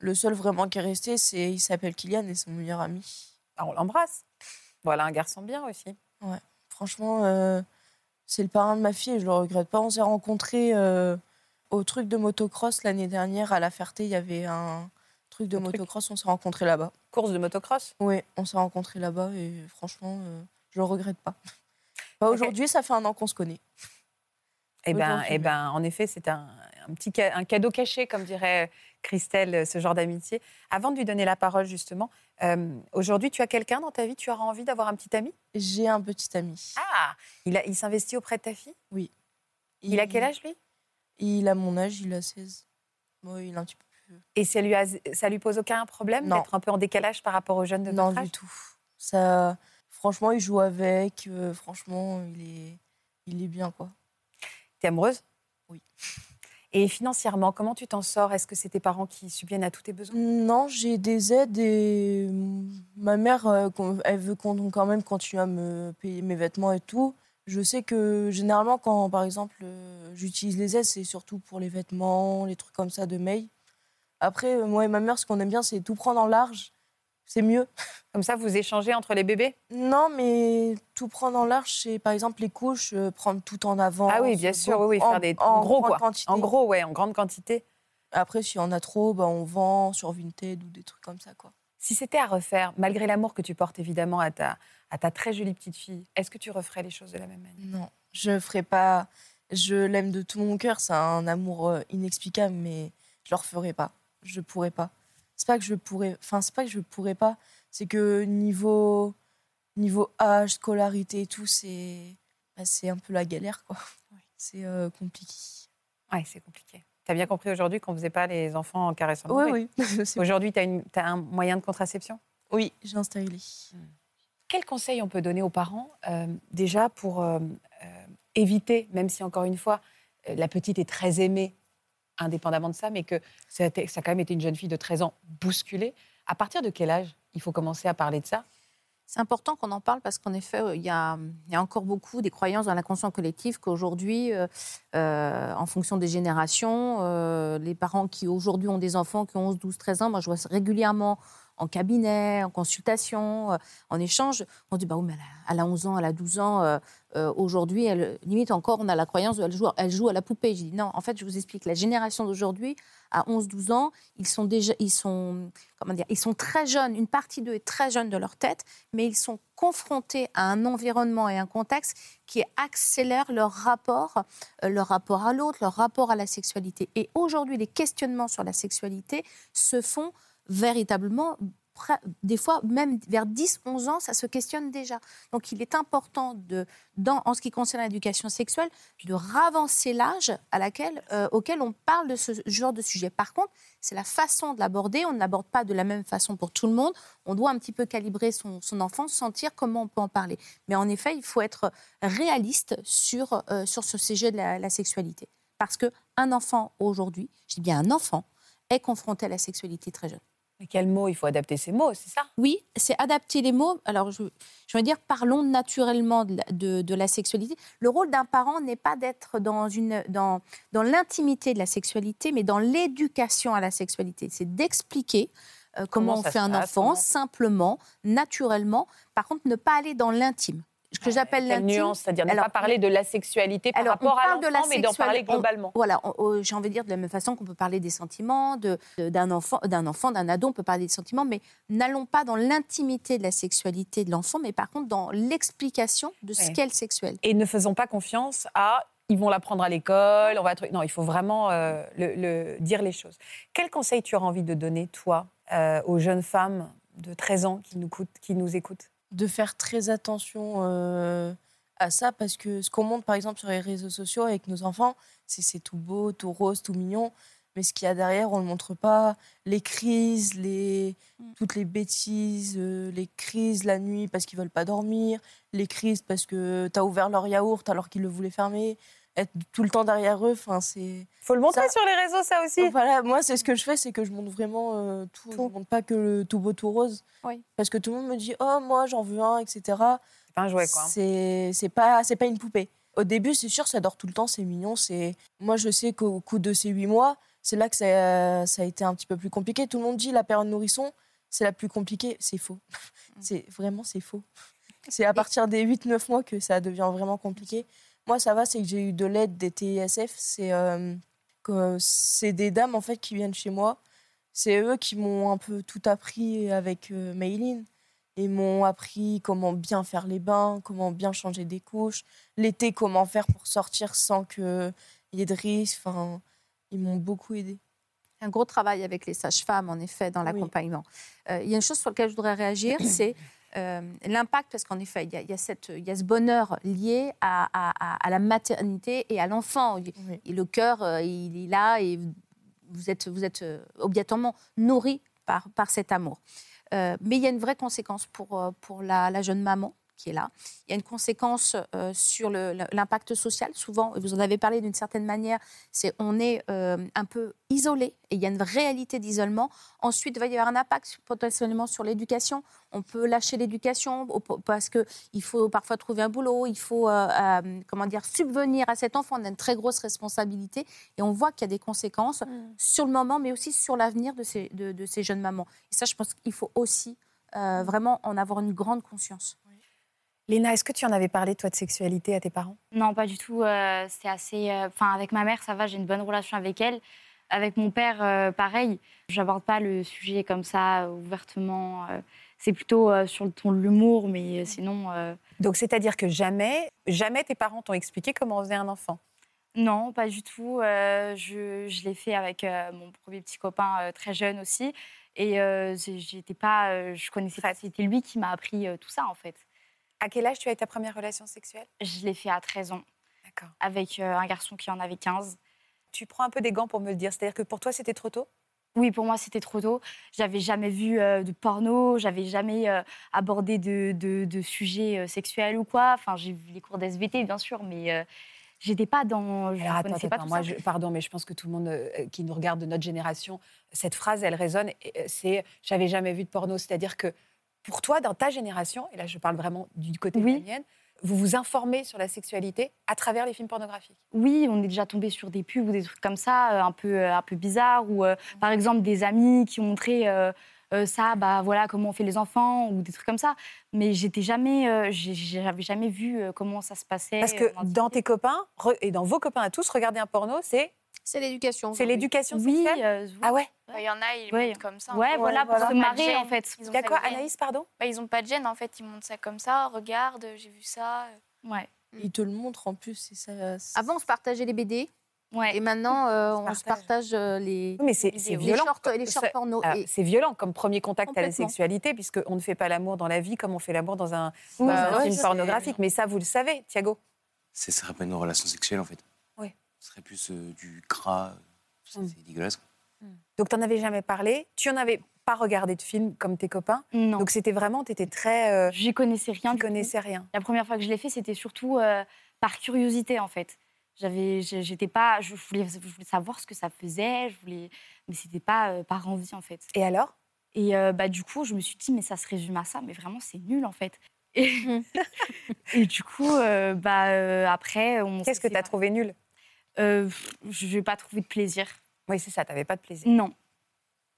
Speaker 4: Le seul vraiment qui est resté, c'est il s'appelle Kylian et c'est mon meilleur ami.
Speaker 2: Ah, On l'embrasse. Voilà un garçon bien aussi.
Speaker 4: Franchement, euh, c'est le parrain de ma fille et je le regrette pas. On s'est rencontrés euh, au truc de motocross l'année dernière à La Ferté. Il y avait un truc de
Speaker 2: Un truc.
Speaker 4: motocross, on s'est rencontrés là-bas.
Speaker 2: Course de motocross
Speaker 4: Oui, on s'est rencontrés là-bas et franchement, euh, je le regrette
Speaker 2: <laughs>
Speaker 4: pas. Pas aujourd'hui, ça fait un an qu'on se connaît.
Speaker 2: Eh ben,
Speaker 4: Aujourd'hui,
Speaker 2: eh
Speaker 4: oui.
Speaker 2: ben, en effet, c'est un, un petit ca- un cadeau caché, comme dirait Christelle, euh, ce genre d'amitié. Avant de lui donner la parole, justement, euh, aujourd'hui, tu as quelqu'un dans ta vie Tu auras envie d'avoir un petit ami
Speaker 4: J'ai un petit ami.
Speaker 2: Ah Il, a- il s'investit auprès de ta fille il, a quel âge, lui
Speaker 4: Il a mon âge, il a 16. Moi, il a un petit peu plus. vieux.
Speaker 2: Et ça lui, a- ça lui pose aucun problème
Speaker 4: Non.
Speaker 2: d'être un peu en décalage par rapport aux jeunes de
Speaker 4: non,
Speaker 2: notre âge
Speaker 4: du tout. Ça, franchement, il joue avec. euh, franchement, il est, il est bien, quoi.
Speaker 2: T'es amoureuse
Speaker 4: Oui.
Speaker 2: Et financièrement, comment tu t'en sors Est-ce que c'est tes parents qui subviennent à tous tes besoins
Speaker 4: Non, j'ai des aides et mm, ma mère, euh, qu'on- elle veut qu'on quand même continuer à me payer mes vêtements et tout. Je sais que généralement, quand par exemple euh, j'utilise les aides, c'est surtout pour les vêtements, les trucs comme ça de mail. Après, euh, moi et ma mère, ce qu'on aime bien, c'est tout prendre en large. C'est mieux.
Speaker 2: Comme ça, vous échangez entre les bébés
Speaker 4: Non, mais tout prendre en large, c'est par exemple les couches, euh, prendre tout en avant.
Speaker 2: Ah oui, bien sûr, oui, oui, faire des- en gros, quoi. En gros, ouais, en grande quantité.
Speaker 4: Après, si on a trop, bah, on vend sur Vinted ou des trucs comme ça, quoi.
Speaker 2: Si c'était à refaire, malgré l'amour que tu portes évidemment à ta, à ta très jolie petite fille, est-ce que tu referais les choses de la même manière
Speaker 4: Non, je ferai pas. Je l'aime de tout mon cœur, c'est un amour euh, inexplicable, mais je le referai pas. Je pourrais pas. C'est pas que je pourrais. Enfin, c'est pas que je pourrais pas. C'est que niveau niveau âge, scolarité et tout, c'est bah, c'est un peu la galère, quoi. C'est euh, compliqué.
Speaker 2: Ouais, c'est compliqué. Tu as bien compris aujourd'hui qu'on ne faisait pas les enfants en caressant le
Speaker 4: Oui,
Speaker 2: bébé.
Speaker 4: oui. <laughs> C'est-
Speaker 2: Aujourd'hui, tu as, un moyen de contraception
Speaker 4: oui, j'ai un stérilet.
Speaker 2: Quel conseil on peut donner aux parents euh, déjà pour euh, euh, éviter, même si encore une fois, euh, la petite est très aimée, indépendamment de ça, mais que ça a, été- ça a quand même été une jeune fille de 13 ans bousculée. À partir de quel âge il faut commencer à parler de ça
Speaker 8: C'est important qu'on en parle parce qu'en effet, euh, il y, a, il y a encore beaucoup des croyances dans l'inconscient collectif qu'aujourd'hui, euh, euh, en fonction des générations, euh, les parents qui aujourd'hui ont des enfants qui ont 11, 12, 13 ans, moi je vois ça régulièrement en cabinet, en consultation, euh, en échange, on dit bah oui, mais elle a, elle a 11 ans, elle a 12 ans, euh, euh, aujourd'hui, elle- limite encore, on a la croyance qu'elle joue, elle joue à la poupée. Je dis non, en fait, je vous explique, la génération d'aujourd'hui, à 11, 12 ans, ils sont déjà, ils sont, comment dire, ils sont très jeunes, une partie d'eux est très jeune de leur tête mais ils sont confrontés à un environnement et un contexte qui accélère leur rapport, euh, leur rapport à l'autre, leur rapport à la sexualité. Et aujourd'hui, les questionnements sur la sexualité se font véritablement pra- des fois même vers 10-11 ans, ça se questionne déjà. Donc il est important, de, dans, en ce qui concerne l'éducation sexuelle, de ravancer l'âge à laquelle, euh, auquel on parle de ce genre de sujet. Par contre, c'est la façon de l'aborder. On ne l'aborde pas de la même façon pour tout le monde. On doit un petit peu calibrer son, son enfant, sentir comment on peut en parler. Mais en effet, il faut être réaliste sur, euh, sur ce sujet de la, la sexualité. Parce qu'un enfant aujourd'hui, je dis bien un enfant, est confronté à la sexualité très jeune.
Speaker 2: Mais quel mot Il faut adapter ces mots, c'est ça
Speaker 8: Oui, c'est adapter les mots. Alors, je, je veux dire, parlons naturellement de la, de- de la sexualité. Le rôle d'un parent n'est pas d'être dans, une- dans, dans l'intimité de la sexualité, mais dans l'éducation à la sexualité. C'est d'expliquer euh, comment,
Speaker 2: Comment
Speaker 8: on
Speaker 2: ça
Speaker 8: fait
Speaker 2: se
Speaker 8: un
Speaker 2: passe,
Speaker 8: enfant,
Speaker 2: comment-
Speaker 8: simplement, naturellement. Par contre, ne pas aller dans l'intime. Ce que j'appelle
Speaker 2: Quelle
Speaker 8: l'intime,
Speaker 2: nuance C'est-à-dire ne
Speaker 8: Alors,
Speaker 2: pas parler de la sexualité par
Speaker 8: alors, on
Speaker 2: rapport à
Speaker 8: parle de la
Speaker 2: l'enfant, mais d'en
Speaker 8: sexuelle-
Speaker 2: parler
Speaker 8: on-
Speaker 2: globalement.
Speaker 8: Voilà, on- on- j'ai envie de dire de la même façon qu'on peut parler des sentiments, de- de- d'un enfant, d'un enfant, d'un ado, on peut parler des sentiments, mais n'allons pas dans l'intimité de la sexualité de l'enfant, mais par contre dans l'explication de ce
Speaker 2: Ouais.
Speaker 8: qu'est le sexuel.
Speaker 2: Et ne faisons pas confiance à ils vont l'apprendre à l'école, on va truc. Non, il faut vraiment euh, le, le- dire les choses. Quel conseil tu auras envie de donner, toi, euh, aux jeunes femmes de 13 ans qui nous, coûtent- qui nous écoutent
Speaker 4: de faire très attention euh, à ça parce que ce qu'on montre par exemple sur les réseaux sociaux avec nos enfants, c'est c'est tout beau, tout rose, tout mignon, mais ce qu'il y a derrière, on ne le montre pas. Les crises, les... toutes les bêtises, euh, les crises la nuit parce qu'ils veulent pas dormir, les crises parce que tu as ouvert leur yaourt alors qu'ils le voulaient fermer, être tout le temps derrière eux, enfin c'est...
Speaker 2: faut le montrer
Speaker 4: Ça-
Speaker 2: sur les réseaux, ça aussi.
Speaker 4: Donc Voilà, moi, c'est ce que je fais, c'est que je montre vraiment euh, tout. Je
Speaker 8: Tout.
Speaker 4: montre pas que le tout beau, tout rose.
Speaker 9: Oui.
Speaker 4: Parce que tout le monde me dit, oh, moi, j'en veux un, etc.
Speaker 2: C'est pas un jouet, quoi.
Speaker 4: C'est c'est pas, c'est pas une poupée. Au début, c'est sûr, ça dort tout le temps, c'est mignon. C'est Moi, je sais qu'au coup de ces huit mois, c'est là que ça, ça a été un petit peu plus compliqué. Tout le monde dit, la période nourrisson, c'est la plus compliquée. C'est faux. c'est Vraiment, c'est faux. C'est à partir des 8-9 mois que ça devient vraiment compliqué. Moi, ça va, c'est que j'ai eu de l'aide des TISF. C'est euh, que- c'est des dames, en fait, qui viennent chez moi. C'est eux qui m'ont un peu tout appris avec euh, Mayline. Ils m'ont appris comment bien faire les bains, comment bien changer des couches, l'été, comment faire pour sortir sans qu'il y ait de risque. Enfin, ils m'ont beaucoup aidé.
Speaker 8: un gros travail avec les sages-femmes, en effet, dans
Speaker 4: Ah Oui.
Speaker 8: l'accompagnement. Euh, il y a une chose sur laquelle je voudrais
Speaker 4: <clears throat>
Speaker 8: réagir, c'est euh, l'impact, parce qu'en effet, il y, a, il y a cette, il y a ce bonheur lié à, à- à- à la maternité et à l'enfant. Il-
Speaker 4: Oui.
Speaker 8: et le cœur, euh, il est là et vous êtes, vous êtes euh, obligatoirement nourri par, par cet amour. Euh, mais il y a une vraie conséquence pour, euh, pour la, la jeune maman qui est là. Il y a une conséquence euh, sur le- le- l'impact social. Souvent, et vous en avez parlé d'une certaine manière, c'est on est euh, un peu isolé et il y a une réalité d'isolement. Ensuite, il va y avoir un impact potentiellement sur l'éducation. On peut lâcher l'éducation au- parce que il faut parfois trouver un boulot, il faut euh, euh, comment dire subvenir à cet enfant. On a une très grosse responsabilité et on voit qu'il y a des conséquences sur le moment, mais aussi sur l'avenir de ces, de, de ces jeunes mamans. Et ça, je pense qu'il faut aussi euh, vraiment en avoir une grande conscience.
Speaker 2: Léna, est-ce que tu en avais parlé, toi, de sexualité à tes parents
Speaker 5: Non, pas du tout. euh, c'est assez. euh, Enfin, avec ma mère, ça va, j'ai une bonne relation avec elle. Avec mon père, euh, pareil. J'aborde pas le sujet comme ça, ouvertement. euh, c'est plutôt euh, sur le ton de l'humour, mais euh, sinon, euh,
Speaker 2: Donc, c'est-à-dire que jamais, jamais tes parents t'ont expliqué comment on faisait un enfant.
Speaker 5: non, pas du tout. Euh, je je l'ai fait avec euh, mon premier petit copain euh, très jeune aussi. Et euh, j'ai- j'étais pas. euh, je connaissais pas. C'était lui qui m'a appris euh, tout ça, en fait.
Speaker 2: À quel âge tu as eu ta première relation sexuelle
Speaker 5: Je l'ai fait à 13 ans,
Speaker 2: D'accord.
Speaker 5: avec euh, un garçon qui en avait 15.
Speaker 2: Tu prends un peu des gants pour me le dire. C'est-à-dire que pour toi, c'était trop tôt
Speaker 5: Oui, pour moi, c'était trop tôt. J'avais jamais vu euh, de porno, j'avais jamais euh, abordé de, de, de sujets euh, sexuels ou quoi. Enfin, j'ai vu les cours d'SVT, bien sûr, mais euh, j'étais pas dans. Je
Speaker 2: Alors attends,
Speaker 5: connaissais
Speaker 2: attends,
Speaker 5: pas tout
Speaker 2: moi,
Speaker 5: ça.
Speaker 2: je- pardon, mais je pense que tout le monde euh, qui nous regarde de notre génération, cette phrase, elle résonne. et, euh, C'est j'avais jamais vu de porno. C'est-à-dire que pour toi, dans ta génération, et là je parle vraiment du côté de
Speaker 5: Oui.
Speaker 2: la mienne, vous vous informez sur la sexualité à travers les films pornographiques.
Speaker 5: Oui, on est déjà tombé sur des pubs ou des trucs comme ça, euh, un peu, euh, un peu bizarres, ou euh, par exemple des amis qui ont montré euh, euh, ça, bah voilà comment on fait les enfants ou des trucs comme ça. Mais j'étais jamais, euh, j'ai- j'avais jamais vu euh, comment ça se passait.
Speaker 2: Parce
Speaker 5: euh,
Speaker 2: que
Speaker 5: en
Speaker 2: dans
Speaker 5: intimité.
Speaker 2: tes copains re- et dans vos copains à tous, regarder un porno, c'est
Speaker 8: C'est l'éducation.
Speaker 2: c'est
Speaker 8: aujourd'hui.
Speaker 2: l'éducation
Speaker 5: oui,
Speaker 2: sexuelle.
Speaker 5: euh,
Speaker 2: Ah ouais
Speaker 9: Il y en a, ils
Speaker 5: Ouais.
Speaker 9: montent comme ça. hein. en
Speaker 5: ouais,
Speaker 9: fait.
Speaker 5: voilà, pour
Speaker 4: voilà.
Speaker 5: se
Speaker 9: Pas de
Speaker 5: marrer
Speaker 9: gêne.
Speaker 5: en fait.
Speaker 9: Ils ont
Speaker 2: Il y a
Speaker 9: pas
Speaker 2: quoi,
Speaker 9: de gêne.
Speaker 2: Anaïs, pardon
Speaker 9: Bah, Ils ont pas de gêne, en fait. Ils montent ça comme ça. Regarde, j'ai vu ça.
Speaker 5: Ouais. Mmh.
Speaker 4: Ils te le montrent en plus. c'est ça, c'est-
Speaker 5: Ah
Speaker 8: Avant, on se partageait les BD.
Speaker 5: Ouais.
Speaker 8: Et maintenant, euh, on se
Speaker 2: partage.
Speaker 8: partage euh, les,
Speaker 2: Oui, Mais c'est c'est
Speaker 8: les
Speaker 2: violent.
Speaker 8: shorts, les shorts
Speaker 2: Ça- ah,
Speaker 8: porno.
Speaker 2: Alors,
Speaker 8: Et-
Speaker 2: C'est violent comme premier contact à la
Speaker 5: Complètement.
Speaker 2: sexualité, puisqu'on ne fait pas l'amour dans la vie comme on fait l'amour dans un, dans
Speaker 5: Oui,
Speaker 8: bah
Speaker 2: un
Speaker 8: ouais,
Speaker 2: film
Speaker 8: c'est-
Speaker 2: pornographique. Mais ça, vous le savez, Thiago.
Speaker 10: Ce serait pas une relation sexuelle en fait.
Speaker 2: Ouais.
Speaker 10: Ce serait plus euh, du gras. euh, C'est
Speaker 2: Mm.
Speaker 10: c'est dégueulasse. quoi.
Speaker 2: Donc, tu n'en avais jamais parlé. Tu n'en avais pas regardé de film comme tes copains.
Speaker 5: Non,
Speaker 2: Donc, c'était vraiment, tu étais très. euh,
Speaker 5: j'y connaissais
Speaker 2: tu
Speaker 5: rien.
Speaker 2: ne
Speaker 5: du tout.
Speaker 2: connaissais rien.
Speaker 5: La première fois que je l'ai fait, c'était surtout euh, par curiosité en fait. J'avais, j'ai- j'étais pas, je voulais, je voulais savoir ce que ça faisait, je voulais, mais c'était pas euh, par envie en fait.
Speaker 2: Et alors
Speaker 5: Et euh, bah, du coup, je me suis dit, mais ça se résume à ça, mais vraiment, c'est nul en fait. <laughs> Et,
Speaker 2: Mmh.
Speaker 5: et du coup, euh, bah, euh, après, on.
Speaker 2: Qu'est-ce que tu as trouvé nul
Speaker 5: Euh, pff, Je n'ai pas trouvé de plaisir.
Speaker 2: Oui, c'est ça, tu n'avais pas de plaisir.
Speaker 5: Non.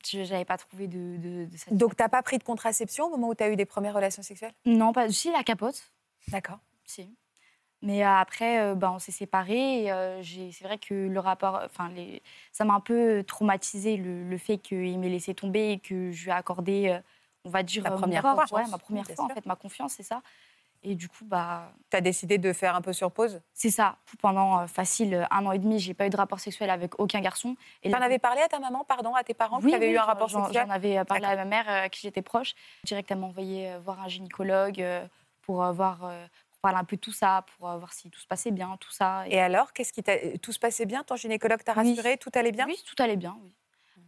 Speaker 5: Je n'avais pas trouvé de, de, de satisfaction.
Speaker 2: Donc, tu n'as pas pris de contraception au moment où tu as eu des premières relations sexuelles
Speaker 5: Non, pas. Si, la capote.
Speaker 2: D'accord.
Speaker 5: Si. Mais euh, après, euh, bah, on s'est séparés. et, euh, j'ai- c'est vrai que le rapport. Enfin, les... ça m'a un peu traumatisé le, le fait qu'il m'ait laissé tomber et que je lui ai accordé, euh, on va dire,
Speaker 2: Ta
Speaker 5: euh, mon
Speaker 2: première
Speaker 5: corps,
Speaker 2: fois.
Speaker 5: ouais, ma première
Speaker 2: Bien
Speaker 5: fois, en
Speaker 2: sûr.
Speaker 5: fait, ma confiance, c'est ça. Et du coup, bah,
Speaker 2: Tu as décidé de faire un peu sur pause
Speaker 5: c'est ça. Pendant euh, facile euh, un an et demi, j'ai pas eu de rapport sexuel avec aucun garçon. Et
Speaker 2: Tu en
Speaker 5: la-
Speaker 2: avais parlé à ta maman, pardon, à tes parents, que
Speaker 5: Oui,
Speaker 2: tu avais
Speaker 5: oui,
Speaker 2: eu un
Speaker 5: j'en-
Speaker 2: rapport
Speaker 5: j'en-
Speaker 2: sexuel
Speaker 5: J'en avais parlé à ma mère, euh, à qui j'étais proche. Direct, elle m'a envoyé euh, voir un gynécologue euh, pour, euh, voir, euh, pour parler un peu de tout ça, pour euh, voir si tout se passait bien, tout ça.
Speaker 2: Et alors, qu'est-ce qui t'a... tout se passait bien Ton gynécologue t'a
Speaker 5: Oui.
Speaker 2: rassuré Tout allait bien Mmh.
Speaker 5: Oui, tout allait bien, oui.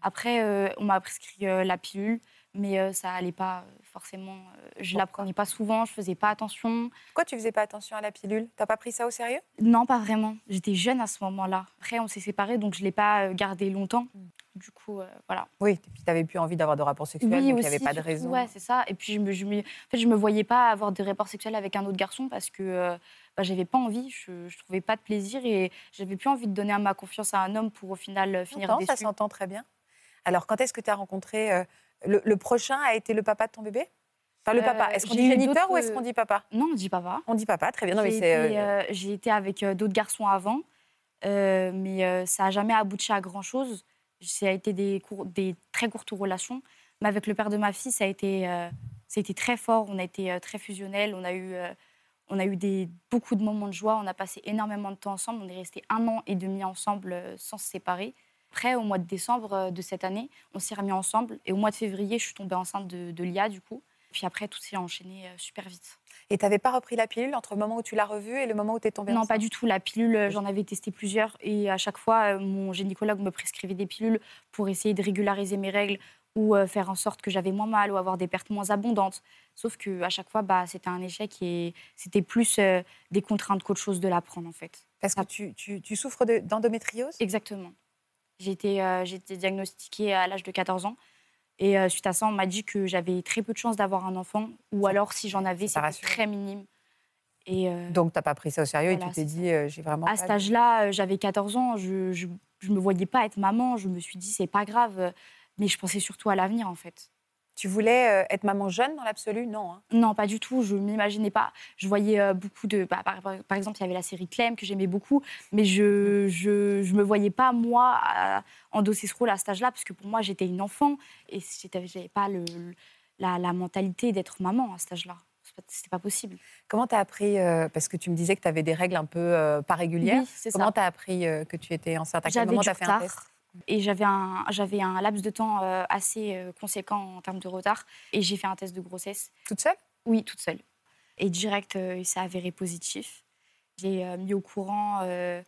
Speaker 5: Après, euh, on m'a prescrit euh, la pilule, mais euh, ça allait pas euh, forcément. euh, je la
Speaker 2: Pourquoi
Speaker 5: prenais pas souvent, je faisais pas attention.
Speaker 2: Pourquoi tu faisais pas attention à la pilule T'as pas pris ça au sérieux
Speaker 5: Non, pas vraiment. J'étais jeune à ce moment-là. Après, on s'est séparés, donc je l'ai pas euh, gardé longtemps.
Speaker 2: Mmh.
Speaker 5: Du coup, euh, voilà.
Speaker 2: Oui, et puis t'avais plus envie d'avoir de rapport sexuel, donc il n'y avait
Speaker 5: aussi,
Speaker 2: pas de
Speaker 5: surtout,
Speaker 2: raison.
Speaker 5: Ouais, c'est ça. Et puis, je me, je me, en fait, je me voyais pas avoir des rapports sexuels avec un autre garçon parce que euh, bah, j'avais pas envie, je, je trouvais pas de plaisir et j'avais plus envie de donner ma confiance à un homme pour au final euh, finir
Speaker 2: J'entends, ça
Speaker 5: déçue.
Speaker 2: s'entend très bien. Alors, quand est-ce que tu as rencontré euh, le, le prochain a été le papa de ton bébé Enfin, le
Speaker 5: Euh,
Speaker 2: papa. Est-ce qu'on
Speaker 5: j'ai
Speaker 2: dit
Speaker 5: eu
Speaker 2: géniteur
Speaker 5: d'autres-
Speaker 2: ou est-ce qu'on dit papa
Speaker 5: Non, on dit pas va.
Speaker 2: On dit papa, très bien. Non, mais
Speaker 5: J'ai
Speaker 2: c'est. euh,
Speaker 5: été, euh, j'ai été avec euh, d'autres garçons avant, euh, mais euh, ça n'a jamais abouti à grand-chose. Ça a été des, cour- des très courtes relations. Mais avec le père de ma fille, ça a été, euh, ça a été très fort. On a été euh, très fusionnels. On a eu, euh, on a eu des, beaucoup de moments de joie. On a passé énormément de temps ensemble. On est resté un an et demi ensemble euh, sans se séparer. Après, au mois de décembre euh, de cette année, on s'est remis ensemble. Et au mois de février, je suis tombée enceinte de, de Lia, du coup. Puis après, tout s'est enchaîné euh, super vite.
Speaker 2: Et t'avais pas repris la pilule entre le moment où tu l'as revue et le moment où t'es tombée
Speaker 5: Non,
Speaker 2: enceinte
Speaker 5: pas du tout. La pilule, euh, j'en avais testé plusieurs et à chaque fois, euh, mon gynécologue me prescrivait des pilules pour essayer de régulariser mes règles ou euh, faire en sorte que j'avais moins mal ou avoir des pertes moins abondantes. Sauf que à chaque fois, bah, c'était un échec et c'était plus euh, des contraintes qu'autre chose de la prendre en fait.
Speaker 2: Parce que tu, tu- tu souffres de- d'endométriose
Speaker 5: Exactement. J'ai été, euh, j'ai été diagnostiquée à l'âge de 14 ans. Et euh, suite à ça, on m'a dit que j'avais très peu de chances d'avoir un enfant, ou alors si j'en avais,
Speaker 2: ça
Speaker 5: c'était
Speaker 2: rassure.
Speaker 5: très minime. Et euh,
Speaker 2: Donc, t'as pas pris ça au sérieux et
Speaker 5: Voilà,
Speaker 2: tu t'es
Speaker 5: c'est
Speaker 2: dit, euh, j'ai vraiment.
Speaker 5: à
Speaker 2: pas
Speaker 5: cet
Speaker 2: de-
Speaker 5: âge-là, euh, j'avais 14 ans, je, je, je me voyais pas être maman, je me suis dit c'est pas grave, euh, mais je pensais surtout à l'avenir en fait.
Speaker 2: Tu voulais euh, être maman jeune dans l'absolu Non. hein.
Speaker 5: Non, pas du tout, je m'imaginais pas. Je voyais euh, beaucoup de. bah, par, par- par exemple, il y avait la série Clem que j'aimais beaucoup, mais je, je, je me voyais pas, moi, à- endosser ce rôle à cet âge-là, parce que pour moi, j'étais une enfant et j'étais- j'avais pas le, le- la, la mentalité d'être maman à cet âge-là. C'est pas- C'était pas possible.
Speaker 2: Comment t'as appris euh, Parce que tu me disais que t'avais des règles un peu euh, pas régulières.
Speaker 5: Oui, c'est ça.
Speaker 2: Comment t'as appris euh, que tu étais enceinte À quel
Speaker 5: J'avais
Speaker 2: moment
Speaker 5: du
Speaker 2: t'as fait un
Speaker 5: retard
Speaker 2: test
Speaker 5: et j'avais un, j'avais un laps de temps euh, assez euh, conséquent en termes de retard et j'ai fait un test de grossesse,
Speaker 2: Toute seule
Speaker 5: oui, toute seule. Et direct, euh, il s'est avéré positif. J'ai euh, mis au courant euh,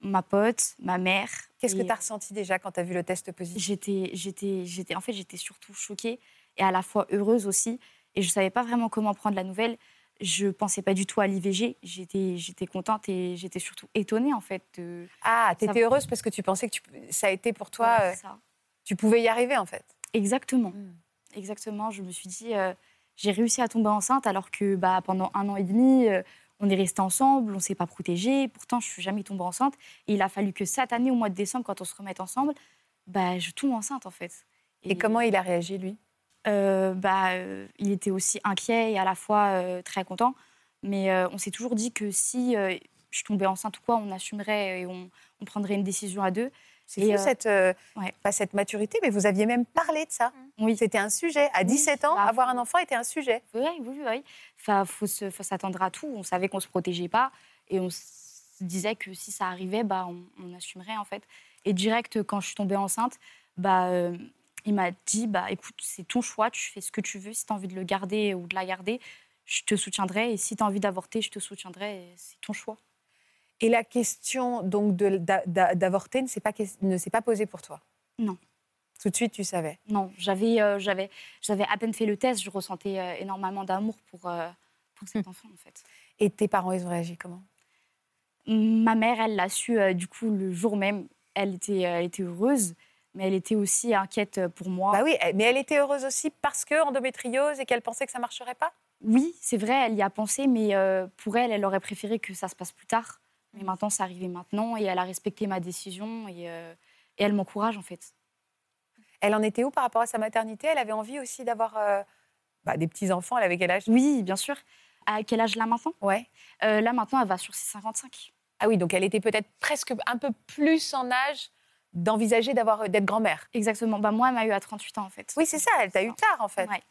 Speaker 5: ma pote, ma mère.
Speaker 2: Qu'est-ce que
Speaker 5: Et
Speaker 2: tu as ressenti déjà quand tu as vu le test positif
Speaker 5: J'étais, j'étais, j'étais, en fait, j'étais surtout choquée et à la fois heureuse aussi. Et je savais pas vraiment comment prendre la nouvelle. Je pensais pas du tout à l'IVG. J'étais, j'étais contente et j'étais surtout étonnée en fait. De...
Speaker 2: Ah, tu
Speaker 5: Ça
Speaker 2: étais
Speaker 5: va.
Speaker 2: heureuse parce que tu pensais que tu, ça a été pour toi,
Speaker 5: Voilà,
Speaker 2: euh,
Speaker 5: c'est ça.
Speaker 2: tu pouvais y arriver en fait.
Speaker 5: Exactement.
Speaker 2: Mm.
Speaker 5: Exactement. Je me suis dit, euh, j'ai réussi à tomber enceinte alors que bah, pendant un an et demi, euh, on est restés ensemble, on s'est pas protégés. Pourtant, je suis jamais tombée enceinte. Et il a fallu que cette année, au mois de décembre, quand on se remette ensemble, bah, je tombe enceinte en fait.
Speaker 2: Et, comment il a réagi lui
Speaker 5: euh, bah, euh, Il était aussi inquiet et à la fois euh, très content. Mais euh, on s'est toujours dit que si euh, je tombais enceinte ou quoi, on assumerait et on, on prendrait une décision à deux.
Speaker 2: C'est
Speaker 5: Et,
Speaker 2: fou
Speaker 5: euh,
Speaker 2: cette, euh,
Speaker 5: ouais. Mmh.
Speaker 2: pas cette maturité, mais vous aviez même parlé de ça.
Speaker 5: Oui.
Speaker 2: C'était un sujet. À
Speaker 5: Oui,
Speaker 2: 17 ans,
Speaker 5: bah,
Speaker 2: avoir
Speaker 5: faut-
Speaker 2: un enfant était un sujet.
Speaker 5: Oui, oui, oui. oui. Enfin, faut se- faut s'attendre à tout. On savait qu'on se protégeait pas et on s- se disait que si ça arrivait, bah, on, on assumerait en fait. Et direct, quand je suis tombée enceinte, bah, euh, il m'a dit bah, écoute, c'est ton choix, tu fais ce que tu veux. Si tu as envie de le garder ou de la garder, je te soutiendrai. Et si tu as envie d'avorter, je te soutiendrai. Et C'est ton choix.
Speaker 2: Et la question donc de- d'a- d'a- d'avorter ne s'est pas, ques- ne s'est pas posée pour toi
Speaker 5: Non.
Speaker 2: Tout de suite, tu savais.
Speaker 5: Non, j'avais euh, j'avais- j'avais à peine fait le test, je ressentais euh, énormément d'amour pour, euh, pour cet enfant en fait.
Speaker 2: Et tes parents, ils ont réagi comment
Speaker 5: Ma mère, elle l'a su euh, du coup le jour même. Elle était, euh, elle était heureuse, mais elle était aussi inquiète euh, pour moi.
Speaker 2: Bah oui, eh, mais elle était heureuse aussi parce que endométriose et qu'elle pensait que ça marcherait pas.
Speaker 5: Oui, c'est vrai, elle y a pensé, mais euh, pour elle, elle aurait préféré que ça se passe plus tard.
Speaker 2: Mmh.
Speaker 5: Mais maintenant, c'est arrivé maintenant et elle a respecté ma décision et, euh, et elle m'encourage en fait.
Speaker 2: Elle en était où par rapport à sa maternité Elle avait envie aussi d'avoir euh, bah, des petits enfants. Elle avait quel âge
Speaker 5: Oui, bien sûr. À quel âge là maintenant
Speaker 2: Ouais.
Speaker 5: Euh, Là maintenant, elle va sur ses 55.
Speaker 2: Ah oui, donc elle était peut-être presque un peu plus en âge d'envisager d'avoir euh, d'être grand-mère.
Speaker 5: Exactement. Bah, moi, elle m'a eu à 38 ans en fait.
Speaker 2: Oui, c'est ça. Elle t'a eu tard en fait.
Speaker 5: Ouais.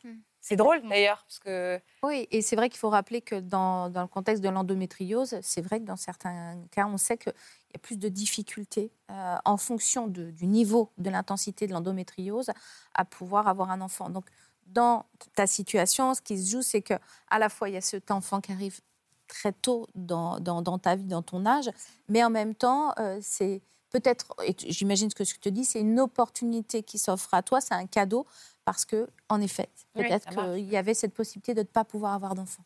Speaker 2: C'est drôle d'ailleurs parce que
Speaker 8: Oui, et c'est vrai qu'il faut rappeler que dans, dans le contexte de l'endométriose, c'est vrai que dans certains cas, on sait qu'il y a plus de difficultés euh, en fonction de- du niveau, de l'intensité de l'endométriose à pouvoir avoir un enfant. Donc, dans ta situation, ce qui se joue, c'est que à la fois, il y a cet enfant qui arrive très tôt dans, dans- dans ta vie, dans ton âge, mais en même temps, euh, c'est peut-être, et tu- j'imagine ce que je te dis, c'est une opportunité qui s'offre à toi, c'est un cadeau, parce que, en effet,
Speaker 7: Oui,
Speaker 8: peut-être
Speaker 7: ça marche.
Speaker 8: qu'il y avait cette possibilité de ne pas pouvoir avoir d'enfant.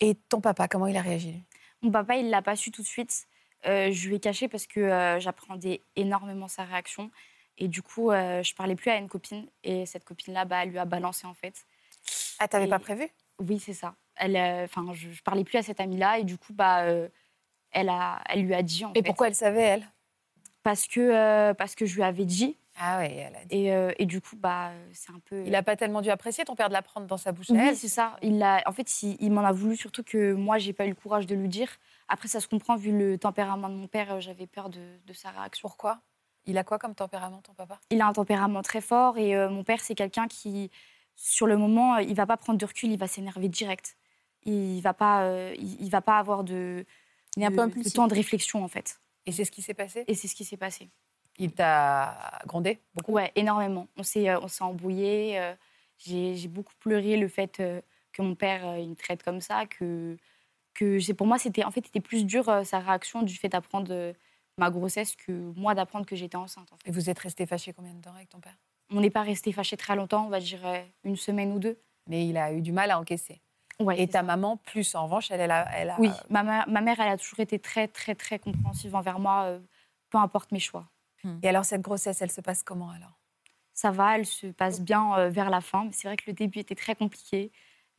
Speaker 2: et ton papa comment il a réagi lui
Speaker 5: Mon papa, il l'a pas su tout de suite. Euh, je lui ai caché parce que euh, j'appréhendais énormément sa réaction. Et du coup, euh, je parlais plus à une copine. Et cette copine-là, bah, elle lui a balancé en fait.
Speaker 2: Ah, t'avais
Speaker 5: Et-
Speaker 2: pas prévu
Speaker 5: Oui, c'est ça. Elle, euh, enfin, je, je parlais plus à cette amie-là. Et du coup, bah, euh, elle, a, elle lui a dit en
Speaker 2: Et
Speaker 5: fait.
Speaker 2: pourquoi elle savait elle
Speaker 5: parce que, euh, parce que je lui avais dit.
Speaker 2: Ah oui, elle a dit.
Speaker 5: Et, euh, et du coup, bah, euh, c'est un peu.
Speaker 2: Il a pas tellement dû apprécier ton père de la prendre dans sa bouche. à
Speaker 5: Oui,
Speaker 2: elle.
Speaker 5: c'est ça. Il l'a- En fait, il, il m'en a voulu, surtout que moi, j'ai pas eu le courage de lui dire. Après, ça se comprend, vu le tempérament de mon père, euh, j'avais peur de, de sa réaction.
Speaker 2: Pourquoi Il a quoi comme tempérament ton papa
Speaker 5: Il a un tempérament très fort et euh, mon père, c'est quelqu'un qui, sur le moment, euh, il va pas prendre de recul, il va s'énerver direct. Il va pas, euh, il, il va pas avoir de,
Speaker 8: Il est un
Speaker 5: de-
Speaker 8: peu
Speaker 5: de
Speaker 8: impulsif.
Speaker 5: temps de réflexion en fait.
Speaker 2: Et c'est ce qui s'est passé
Speaker 5: Et c'est ce qui s'est passé.
Speaker 2: Il t'a grondé beaucoup.
Speaker 5: Ouais, énormément. On s'est, euh, on s'est embrouillé. euh, j'ai, j'ai beaucoup pleuré le fait euh, que mon père euh, il me traite comme ça, que que c'est pour moi c'était en fait c'était plus dur euh, sa réaction du fait d'apprendre euh, ma grossesse que moi d'apprendre que j'étais enceinte. en fait.
Speaker 2: Et vous êtes resté fâché combien de temps avec ton père
Speaker 5: On n'est pas resté fâchés très longtemps, on va dire euh, une semaine ou deux.
Speaker 2: Mais il a eu du mal à encaisser.
Speaker 5: Ouais,
Speaker 2: Et
Speaker 5: c'est
Speaker 2: ta
Speaker 5: ça.
Speaker 2: maman, plus en revanche, elle, elle a, elle a-
Speaker 5: Oui, Euh, ma, ma- ma mère elle a toujours été très très très compréhensive envers moi, euh, peu importe mes choix.
Speaker 2: Et alors cette grossesse, elle se passe comment alors
Speaker 5: ça va, elle se passe bien euh, vers la fin. Mais c'est vrai que le début était très compliqué.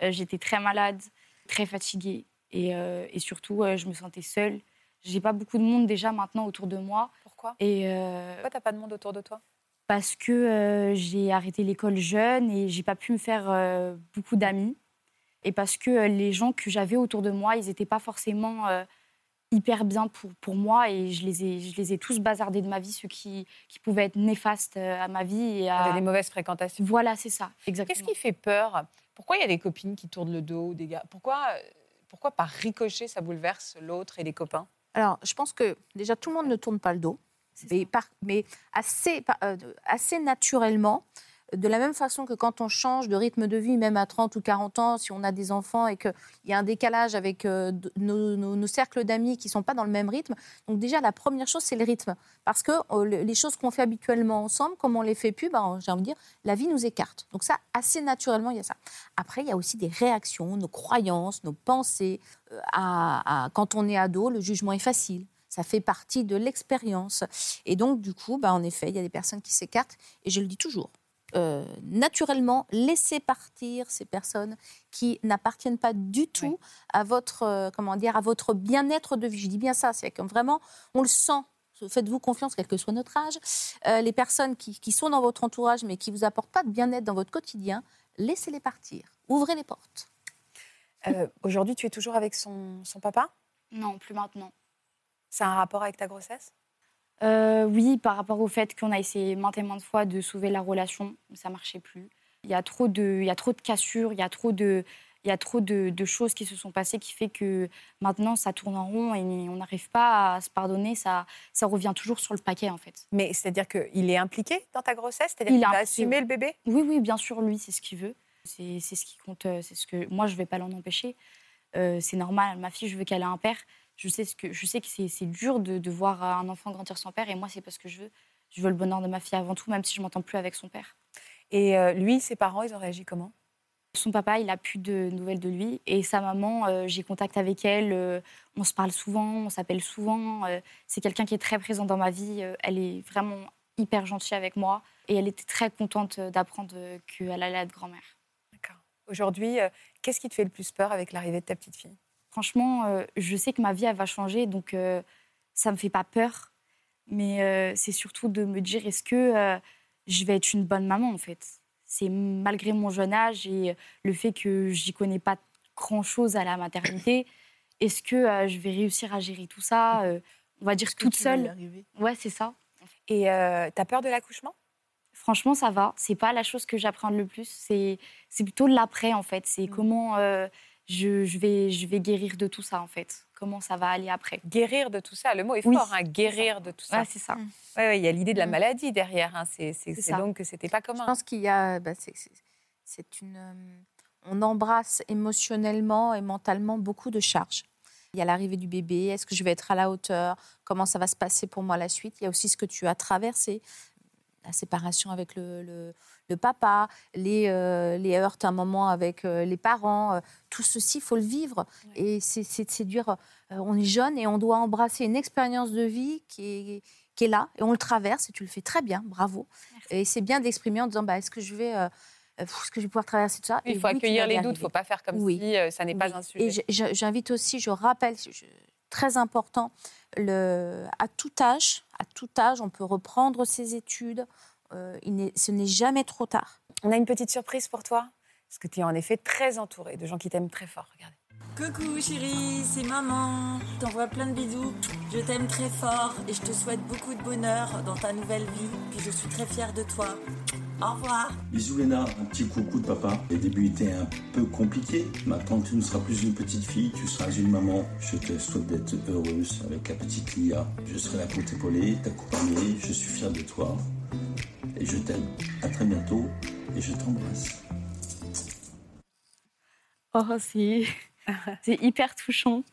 Speaker 5: Euh, J'étais très malade, très fatiguée. Et, euh, et surtout, euh, je me sentais seule. J'ai pas beaucoup de monde déjà maintenant autour de moi.
Speaker 2: Pourquoi
Speaker 5: Et euh,
Speaker 2: Pourquoi t'as pas de monde autour de toi
Speaker 5: parce que euh, j'ai arrêté l'école jeune et j'ai pas pu me faire euh, beaucoup d'amis. Et parce que euh, les gens que j'avais autour de moi, ils n'étaient pas forcément euh, hyper bien pour, pour moi. Et je les, ai, je les ai tous bazardés de ma vie, ceux qui, qui pouvaient être néfastes euh, à ma vie. Et à...
Speaker 2: T'avais Ah, des mauvaises fréquentations.
Speaker 5: Voilà, c'est ça, exactement.
Speaker 2: Qu'est-ce qui fait peur Pourquoi il y a des copines qui tournent le dos des gars Pourquoi, euh, pourquoi par ricochet ça bouleverse l'autre et les copains
Speaker 8: Alors, je pense que déjà, tout le monde ne tourne pas le dos,
Speaker 5: C'est
Speaker 8: mais, par- mais assez, par- euh, assez naturellement. De la même façon que quand on change de rythme de vie, même à 30 ou 40 ans, si on a des enfants et qu'il y a un décalage avec euh, de- nos, nos- nos cercles d'amis qui ne sont pas dans le même rythme, donc déjà la première chose, c'est le rythme. Parce que euh, le- les choses qu'on fait habituellement ensemble, comme on les fait plus, ben, j'ai envie de dire, la vie nous écarte. Donc ça, assez naturellement, il y a ça. Après, il y a aussi des réactions, nos croyances, nos pensées à- à- quand on est ado, le jugement est facile. Ça fait partie de l'expérience. Et donc, du coup, bah, en effet, il y a des personnes qui s'écartent. Et je le dis toujours, euh, naturellement, laissez partir ces personnes qui n'appartiennent pas du tout à votre, euh, comment dire, à votre bien-être de vie. Je dis bien ça, c'est comme vraiment, on le sent. Faites-vous confiance, quel que soit notre âge. Euh, les personnes qui, qui sont dans votre entourage, mais qui vous apportent pas de bien-être dans votre quotidien, laissez-les partir. Ouvrez les portes.
Speaker 2: Euh, Aujourd'hui, tu es toujours avec son, son papa
Speaker 5: Non, plus maintenant.
Speaker 2: Ça a un rapport avec ta grossesse
Speaker 5: Euh, oui, par rapport au fait qu'on a essayé maintes et maintes fois de sauver la relation, mais ça marchait plus. Il y a trop de, il y a trop de cassures, il y a trop de, il il y a trop de, de choses qui se sont passées qui fait que maintenant ça tourne en rond et on n'arrive pas à se pardonner. Ça, ça revient toujours sur le paquet en fait.
Speaker 2: Mais c'est-à-dire qu'il est impliqué dans ta grossesse C'est-à-dire
Speaker 5: Il
Speaker 2: qu'il
Speaker 5: a
Speaker 2: a
Speaker 5: impliqué,
Speaker 2: assumé
Speaker 5: oui.
Speaker 2: le bébé
Speaker 5: Oui, oui, bien sûr, lui, c'est ce qu'il veut. C'est c'est ce qui compte. euh, C'est ce que moi, je ne vais pas l'en empêcher. Euh, c'est normal. Ma fille, je veux qu'elle ait un père. Je sais, ce que, je sais que c'est c'est dur de, de voir un enfant grandir sans père. Et moi, c'est parce que je veux. Je veux le bonheur de ma fille avant tout, même si je m'entends plus avec son père.
Speaker 2: Et euh, lui, ses parents, ils ont réagi comment
Speaker 5: Son papa, il n'a plus de nouvelles de lui. Et sa maman, euh, j'ai contact avec elle. euh, on se parle souvent, on s'appelle souvent. euh, c'est quelqu'un qui est très présent dans ma vie. euh, elle est vraiment hyper gentille avec moi. Et elle était très contente euh, d'apprendre euh, qu'elle allait être grand-mère.
Speaker 2: Aujourd'hui, euh, qu'est-ce qui te fait le plus peur avec l'arrivée de ta petite fille
Speaker 5: franchement, euh, je sais que ma vie, elle va changer, donc euh, ça me fait pas peur. Mais euh, c'est surtout de me dire, est-ce que euh, je vais être une bonne maman, en fait C'est malgré mon jeune âge et euh, le fait que j'y connais pas grand-chose à la maternité, est-ce que euh, je vais réussir à gérer tout ça euh, On va dire toute seule. Ouais, c'est ça.
Speaker 2: Et euh, t'as peur de l'accouchement
Speaker 5: Franchement, ça va. C'est pas la chose que j'appréhende le plus. C'est c'est plutôt l'après, en fait. C'est comment euh, je, je vais, je vais guérir de tout ça, en fait. Comment ça va aller après.
Speaker 2: Guérir de tout ça, le mot est
Speaker 5: Oui.
Speaker 2: fort, hein, guérir de tout ça.
Speaker 5: Ouais, c'est ça.
Speaker 2: Ouais, ouais, il y a l'idée de la
Speaker 8: Mm.
Speaker 2: maladie derrière. hein, C'est c'est-
Speaker 5: C'est
Speaker 2: c'est
Speaker 5: ça.
Speaker 2: donc que c'était pas
Speaker 8: Je
Speaker 2: commun.
Speaker 8: pense qu'il y a. bah, c'est- c'est- c'est une. euh, on embrasse émotionnellement et mentalement beaucoup de charges. Il y a l'arrivée du bébé. Est-ce que je vais être à la hauteur Comment ça va se passer pour moi la suite Il y a aussi ce que tu as traversé la séparation avec le, le- le papa, les, euh, les heurts à un moment avec euh, les parents. euh, tout ceci, il faut le vivre. Et c'est- c'est c'est dur. euh, on est jeune et on doit embrasser une expérience de vie qui est, qui est là. Et on le traverse et tu le fais très bien. Bravo. Et c'est bien d'exprimer en disant bah, est-ce que je vais. euh, euh, est-ce que je vais pouvoir traverser tout ça
Speaker 2: Il
Speaker 8: Et
Speaker 2: faut
Speaker 8: oui, tu
Speaker 2: accueillir
Speaker 8: vas y
Speaker 2: les doutes,
Speaker 8: arriver.
Speaker 2: il faut pas faire comme
Speaker 8: Oui.
Speaker 2: si euh, ça n'est
Speaker 8: Oui.
Speaker 2: pas un sujet.
Speaker 8: Et je- je- j'invite aussi, je rappelle, je- je- très important, le, à tout âge, à tout âge, on peut reprendre ses études. euh, il n'est- ce n'est jamais trop tard.
Speaker 2: On a une petite surprise pour toi, parce que tu es en effet très entourée de gens qui t'aiment très fort. Regardez.
Speaker 11: Coucou chérie, c'est maman. Je T'envoie plein de bisous. Je t'aime très fort et je te souhaite beaucoup de bonheur dans ta nouvelle vie. Puis je suis très fière de toi. Au revoir.
Speaker 12: Bisous Léna, un petit coucou de papa. Les débuts étaient un peu compliqués. Maintenant, tu ne seras plus une petite fille, tu seras une maman. Je te souhaite d'être heureuse avec la petite Lia. Je serai là pour t'épauler, t'accompagner. Je suis fier de toi. Et je t'aime. À très bientôt. Et je t'embrasse.
Speaker 5: Oh, <laughs> c'est c'est hyper touchant.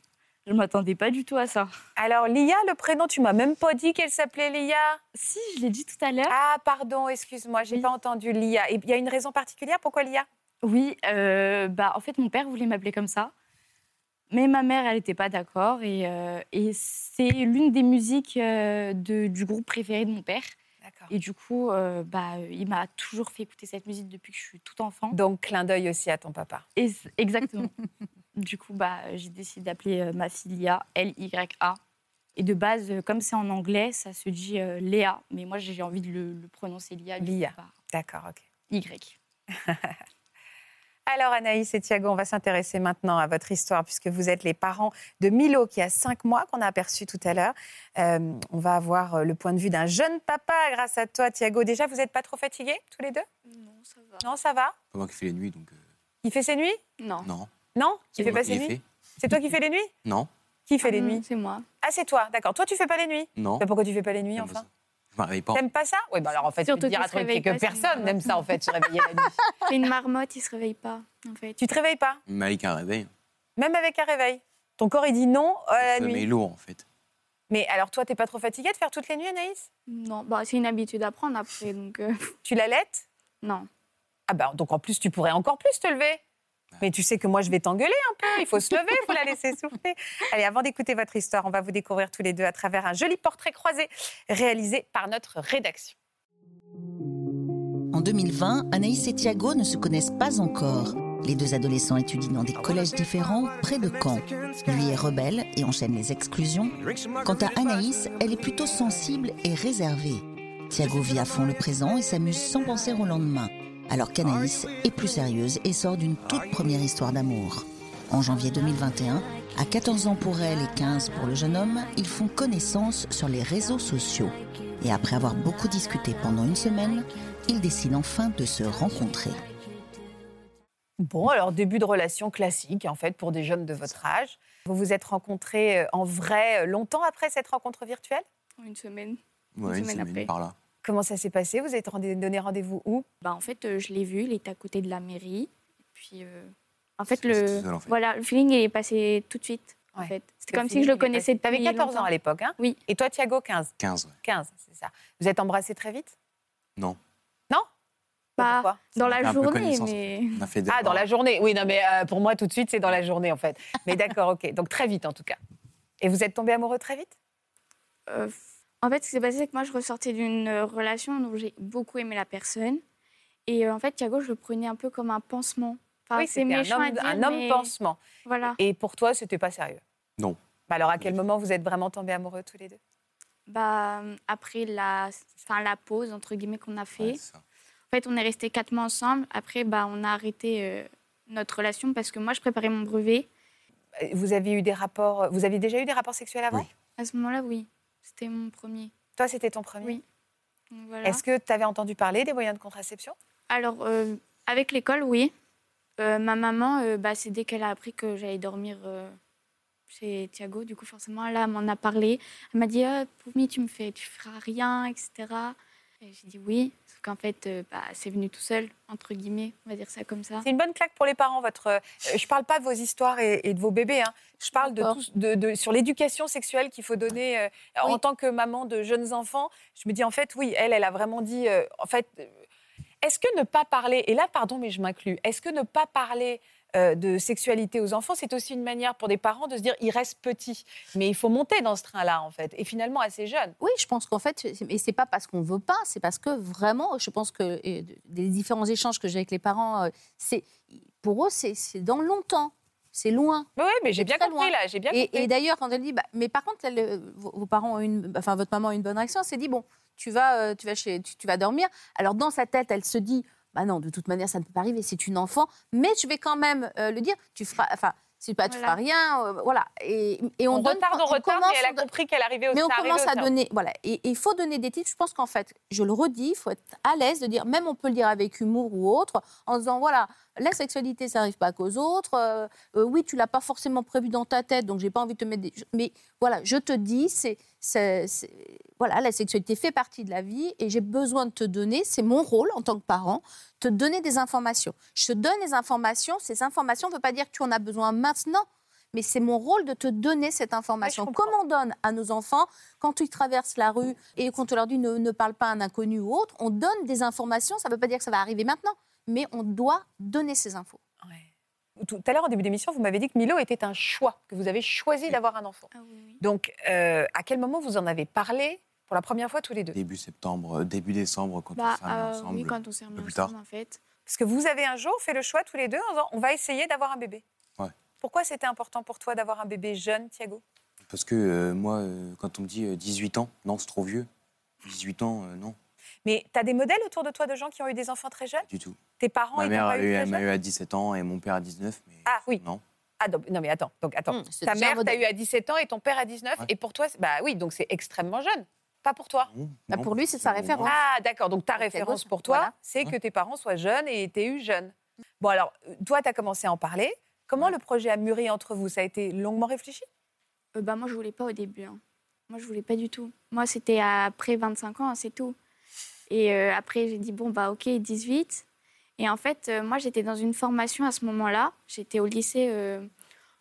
Speaker 5: Je m'attendais pas du tout à ça.
Speaker 2: Alors, Lia, le prénom, tu m'as même pas dit qu'elle s'appelait Lia.
Speaker 5: Si, je l'ai dit tout à l'heure.
Speaker 2: Ah, pardon, excuse-moi, j'ai
Speaker 5: Oui.
Speaker 2: pas entendu Lia. Et il y a une raison particulière pourquoi Lia
Speaker 5: Oui, euh, bah en fait mon père voulait m'appeler comme ça, mais ma mère elle n'était pas d'accord et, euh, et c'est l'une des musiques euh, de- du groupe préféré de mon père
Speaker 2: D'accord.
Speaker 5: et du coup euh, bah il m'a toujours fait écouter cette musique depuis que je suis toute enfant.
Speaker 2: Donc, clin d'œil aussi à ton papa.
Speaker 5: Et c- exactement. <laughs> du coup bah j'ai décidé d'appeler euh, ma fille Lia, L Y A. Et de base euh, comme c'est en anglais ça se dit euh, Léa, mais moi j'ai envie de le, le prononcer Lia. du coup,
Speaker 2: Lia.
Speaker 5: bah,
Speaker 2: D'accord, ok.
Speaker 5: y.
Speaker 2: Alors Anaïs et Thiago, on va s'intéresser maintenant à votre histoire puisque vous êtes les parents de Milo qui a 5 mois qu'on a aperçu tout à l'heure. Euh, on va avoir euh, le point de vue d'un jeune papa grâce à toi Thiago. Déjà, vous n'êtes pas trop fatigués tous les deux
Speaker 9: Non, ça va.
Speaker 2: Non, ça va
Speaker 10: Pas moi qui fais les nuits, donc euh,
Speaker 2: Il fait ses nuits
Speaker 9: Non.
Speaker 10: non.
Speaker 2: Non Il
Speaker 10: C'est
Speaker 2: fait
Speaker 10: moi
Speaker 2: pas
Speaker 10: qui
Speaker 2: ses
Speaker 10: les
Speaker 2: nuits
Speaker 10: fais.
Speaker 2: C'est toi qui fais les nuits
Speaker 10: Non,
Speaker 2: Qui fait les
Speaker 9: Mm,
Speaker 2: nuits
Speaker 9: C'est moi. <laughs>
Speaker 2: Ah, c'est toi, d'accord. Toi, tu fais pas les nuits
Speaker 10: non.
Speaker 2: Bah, Pourquoi tu fais pas les nuits
Speaker 10: J'aime
Speaker 2: enfin
Speaker 10: pas ça. Je me réveille pas.
Speaker 2: T'aimes pas ça Oui, bah alors en fait, tu te
Speaker 9: Surtout
Speaker 2: diras
Speaker 9: qu'il
Speaker 2: un truc,
Speaker 9: se
Speaker 2: c'est
Speaker 9: réveille
Speaker 2: que
Speaker 9: pas, c'est
Speaker 2: personne
Speaker 9: normal.
Speaker 2: n'aime ça en fait, se réveiller la nuit.
Speaker 9: C'est une marmotte, il se réveille pas, en fait.
Speaker 2: Tu te réveilles pas,
Speaker 10: Même avec un réveil,
Speaker 2: même avec un réveil. Ton corps, il dit non à la
Speaker 10: le sommeil
Speaker 2: nuit.
Speaker 10: lourd en fait.
Speaker 2: Mais alors toi, t'es pas trop fatiguée de faire toutes les nuits, Anaïs
Speaker 9: Non, bah, c'est une habitude à prendre après, donc euh,
Speaker 2: Tu l'allaites
Speaker 9: non.
Speaker 2: Ah bah donc en plus tu pourrais encore plus te lever. Mais tu sais que moi je vais t'engueuler un peu, il faut se lever, il faut la laisser souffler. Allez, avant d'écouter votre histoire, on va vous découvrir tous les deux à travers un joli portrait croisé réalisé par notre rédaction.
Speaker 13: En 2020, Anaïs et Thiago ne se connaissent pas encore. Les deux adolescents étudient dans des collèges différents près de Caen. Lui est rebelle et enchaîne les exclusions. Quant à Anaïs, elle est plutôt sensible et réservée. Thiago vit à fond le présent et s'amuse sans penser au lendemain, alors qu'Anaïs est plus sérieuse et sort d'une toute première histoire d'amour. En janvier 2021, à 14 ans pour elle et 15 pour le jeune homme, ils font connaissance sur les réseaux sociaux. Et après avoir beaucoup discuté pendant une semaine, ils décident enfin de se rencontrer.
Speaker 2: Bon, alors début de relation classique, en fait, pour des jeunes de votre âge. Vous vous êtes rencontrés euh, en vrai euh, longtemps après cette rencontre virtuelle
Speaker 9: Une semaine.
Speaker 10: Ouais, une semaine par là.
Speaker 2: Comment ça s'est passé Vous êtes rendez- donné rendez-vous où
Speaker 9: Bah, en fait, euh, je l'ai vu, il était à côté de la mairie. Et puis, euh, en fait,
Speaker 2: C'est
Speaker 9: le,
Speaker 2: tout seul, en fait.
Speaker 9: Voilà, le feeling, il est passé tout de suite. En fait. C'était comme si je le connaissais
Speaker 2: Tu avais
Speaker 9: depuis
Speaker 2: 14 ans
Speaker 9: longtemps.
Speaker 2: à l'époque, hein
Speaker 9: Oui.
Speaker 2: Et toi, Thiago, 15
Speaker 10: 15, ouais.
Speaker 2: 15, c'est ça. Vous êtes embrassés très vite
Speaker 10: Non.
Speaker 2: Non Pas
Speaker 9: dans la
Speaker 2: On a un peu
Speaker 9: journée,
Speaker 2: connaissance,
Speaker 9: mais-
Speaker 10: On a fait des-
Speaker 2: Ah, dans la journée. Oui, non, mais euh, pour moi, tout de suite, c'est dans la journée, en fait. Mais d'accord, ok. Donc très vite, en tout cas. Et vous êtes tombés amoureux très vite
Speaker 9: Euh, en fait, ce qui s'est passé, c'est que moi, je ressortais d'une euh, relation dont j'ai beaucoup aimé la personne. Et euh, en fait, Thiago, je le prenais un peu comme un pansement. Enfin,
Speaker 2: Oui,
Speaker 9: Ah, c'est
Speaker 2: c'était un
Speaker 9: méchant
Speaker 2: homme,
Speaker 9: à dire,
Speaker 2: un homme
Speaker 9: mais- Ah.
Speaker 2: pansement.
Speaker 9: Voilà.
Speaker 2: Et pour toi, c'était pas sérieux
Speaker 10: Non.
Speaker 2: Bah alors, à quel moment vous êtes vraiment tombés amoureux tous les deux
Speaker 9: Bah, euh, après la, enfin, la pause, entre guillemets, qu'on a fait. en fait, on est resté quatre mois ensemble. Après, bah, on a arrêté euh, notre relation parce que moi, je préparais mon brevet.
Speaker 2: Euh, Vous avez eu des rapports, euh, vous aviez déjà eu des rapports sexuels avant
Speaker 9: À ce moment-là, oui. C'était mon premier.
Speaker 2: Toi, c'était ton premier
Speaker 9: Oui. Donc, voilà.
Speaker 2: Est-ce que tu avais entendu parler des moyens de contraception
Speaker 9: Alors, euh, avec l'école, oui. Euh, ma maman, euh, bah, c'est dès qu'elle a appris que j'allais dormir euh, chez Thiago, du coup, forcément, là, elle m'en a parlé. Elle m'a dit, Ah, Poumi, tu me fais, tu feras rien, etc. Et j'ai dit oui, sauf qu'en fait, euh, bah, c'est venu tout seul, entre guillemets, on va dire ça comme ça.
Speaker 2: C'est une bonne claque pour les parents, votre. euh, je parle pas de vos histoires et, et de vos bébés. hein. Je parle de, tout- de- de- sur l'éducation sexuelle qu'il faut donner euh, en tant que maman de jeunes enfants. Je me dis en fait, oui, elle, elle a vraiment dit. euh, en fait, euh, est-ce que ne pas parler et là, pardon, mais je m'inclus. Est-ce que ne pas parler euh, de sexualité aux enfants, c'est aussi une manière pour des parents de se dire, ils restent petits, mais il faut monter dans ce train-là en fait, et finalement assez jeune.
Speaker 8: Oui, je pense qu'en fait, c'est- et c'est pas parce qu'on veut pas, c'est parce que vraiment, je pense que euh, des différents échanges que j'ai avec les parents, euh, c'est pour eux, c'est c'est dans longtemps, c'est loin.
Speaker 2: Oui, mais j'ai bien
Speaker 8: très
Speaker 2: compris, là, j'ai bien
Speaker 8: et,
Speaker 2: compris.
Speaker 8: Et d'ailleurs, quand elle dit, bah, mais par contre, elle, euh, vos vos parents ont une, enfin votre maman a une bonne réaction, elle s'est dit bon, tu vas, euh, tu vas chez, tu, tu vas dormir. Alors dans sa tête, elle se dit, bah non, de toute manière, ça ne peut pas arriver, c'est une enfant, mais je vais quand même euh, le dire, tu feras, enfin. Si pas, tu feras rien, euh, voilà. Et, et on,
Speaker 2: On
Speaker 8: donne,
Speaker 2: retarde, on
Speaker 8: on
Speaker 2: retarde, mais
Speaker 8: commence,
Speaker 2: elle
Speaker 8: on
Speaker 2: a
Speaker 8: donne-
Speaker 2: compris qu'elle arrivait au
Speaker 8: mais on
Speaker 2: ça arrivait
Speaker 8: commence
Speaker 2: au
Speaker 8: à
Speaker 2: terme.
Speaker 8: donner, voilà, et il faut donner des titres. Je pense qu'en fait, je le redis, il faut être à l'aise de dire, même on peut le dire avec humour ou autre, en se disant voilà, la sexualité, ça n'arrive pas qu'aux autres. Euh, euh, oui, tu l'as pas forcément prévu dans ta tête, donc j'ai pas envie de te mettre. Des... Mais voilà, je te dis, c'est, c'est- c'est- voilà, la sexualité fait partie de la vie et j'ai besoin de te donner, c'est mon rôle en tant que parent, te donner des informations. Je te donne des informations. Ces informations, ne veut pas dire que tu en as besoin maintenant. Mais c'est mon rôle de te donner cette information. Comme on donne à nos enfants, quand ils traversent la rue et qu'on te leur dit ne, ne parle pas à un inconnu ou autre, on donne des informations. Ça ne veut pas dire que ça va arriver maintenant, mais on doit donner ces infos.
Speaker 2: Tout tout à l'heure, en début d'émission, vous m'avez dit que Milo était un choix, que vous avez choisi d'avoir un enfant. Donc, euh, à quel moment vous en avez parlé pour la première fois tous les deux
Speaker 10: Début septembre, euh, début décembre, quand
Speaker 9: Bah,
Speaker 10: on s'est remis
Speaker 9: euh,
Speaker 10: ensemble.
Speaker 9: oui, quand on s'est remis
Speaker 10: plus tard.
Speaker 9: ensemble, en fait.
Speaker 2: Parce que vous avez un jour fait le choix tous les deux en disant on va essayer d'avoir un bébé.
Speaker 10: Ouais.
Speaker 2: Pourquoi c'était important pour toi d'avoir un bébé jeune, Thiago
Speaker 10: Parce que euh, moi, euh, quand on me dit euh, 18 ans, non, c'est trop vieux. 18 ans, euh, non,
Speaker 2: Mais tu as des modèles autour de toi de gens qui ont eu des enfants très jeunes
Speaker 10: du tout.
Speaker 2: Tes parents
Speaker 10: Ma
Speaker 2: ils
Speaker 10: mère
Speaker 2: t'ont
Speaker 10: a
Speaker 2: Oh, pas
Speaker 10: eu-
Speaker 2: eu très
Speaker 10: elle m'a
Speaker 2: jeunes
Speaker 10: eu à 17 ans et mon père à 19, mais
Speaker 2: Ah oui.
Speaker 10: non.
Speaker 2: Ah, donc- non, mais attends. Donc, attends.
Speaker 8: Hum,
Speaker 10: Hmm, c'est
Speaker 2: Ta
Speaker 10: déjà un
Speaker 2: mère t'a
Speaker 10: modèle.
Speaker 2: eu à 17 ans et ton père à 19. Et pour toi, c'est- bah oui, donc c'est extrêmement jeune. Pas pour toi.
Speaker 10: Bah, non, pour lui,
Speaker 8: c'est sa référence.
Speaker 2: Ah, d'accord. Donc ta référence pour toi, c'est que tes parents soient jeunes et t'aies eu jeune. Bon, alors, euh, toi, t'as commencé à en parler. Comment le projet a mûri entre vous Ça a été longuement réfléchi
Speaker 9: Euh, bah, moi, je voulais pas au début. hein. Moi, je voulais pas du tout. Moi, c'était après 25 ans, hein, c'est tout. Et euh, après, j'ai dit, bon, bah, ok, 18. Et en fait, euh, moi, j'étais dans une formation à ce moment-là. J'étais au lycée euh,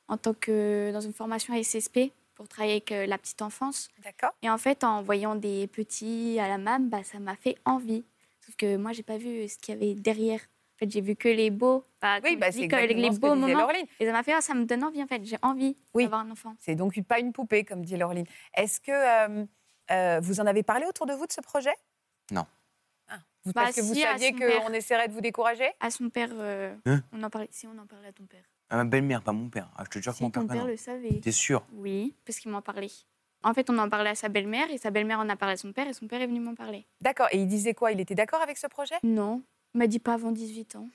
Speaker 9: en tant que dans une formation à SSP pour travailler avec euh, la petite enfance.
Speaker 2: D'accord.
Speaker 9: Et en fait, en voyant des petits à la MAM, bah, ça m'a fait envie. Sauf que moi, j'ai pas vu ce qu'il y avait derrière. En fait, j'ai vu que les beaux, bah,
Speaker 2: Oui,
Speaker 9: comme
Speaker 2: bah,
Speaker 9: je dis,
Speaker 2: c'est
Speaker 9: que
Speaker 2: exactement
Speaker 9: les
Speaker 2: ce que
Speaker 9: beaux
Speaker 2: disait
Speaker 9: moments.
Speaker 2: Laureline.
Speaker 9: Et ça m'a fait, ah, ça me donne envie, en fait. J'ai envie d'avoir un enfant.
Speaker 2: C'est donc pas une poupée, comme dit Laureline. Est-ce que euh, euh, vous en avez parlé autour de vous de ce projet Ah.
Speaker 10: Non.
Speaker 2: Vous-
Speaker 9: Bah,
Speaker 2: Parce que vous
Speaker 9: si, à
Speaker 2: saviez
Speaker 9: son
Speaker 2: qu'on
Speaker 9: père.
Speaker 2: essaierait de vous décourager
Speaker 9: À son père, euh,
Speaker 10: Hein
Speaker 9: on en parlait. Si on en parlait à ton père.
Speaker 10: À ma belle-mère, pas mon père. Ah, je te jure que mon père,
Speaker 9: Ton
Speaker 10: pas
Speaker 9: père
Speaker 10: non.
Speaker 9: le savait.
Speaker 10: T'es sûr
Speaker 9: Oui, parce qu'il m'en parlait. En fait, on en parlait à sa belle-mère et sa belle-mère en a parlé à son père et son père est venu m'en parler.
Speaker 2: D'accord. Et il disait quoi Il était d'accord avec ce projet
Speaker 9: Non, il m'a dit pas avant 18 ans.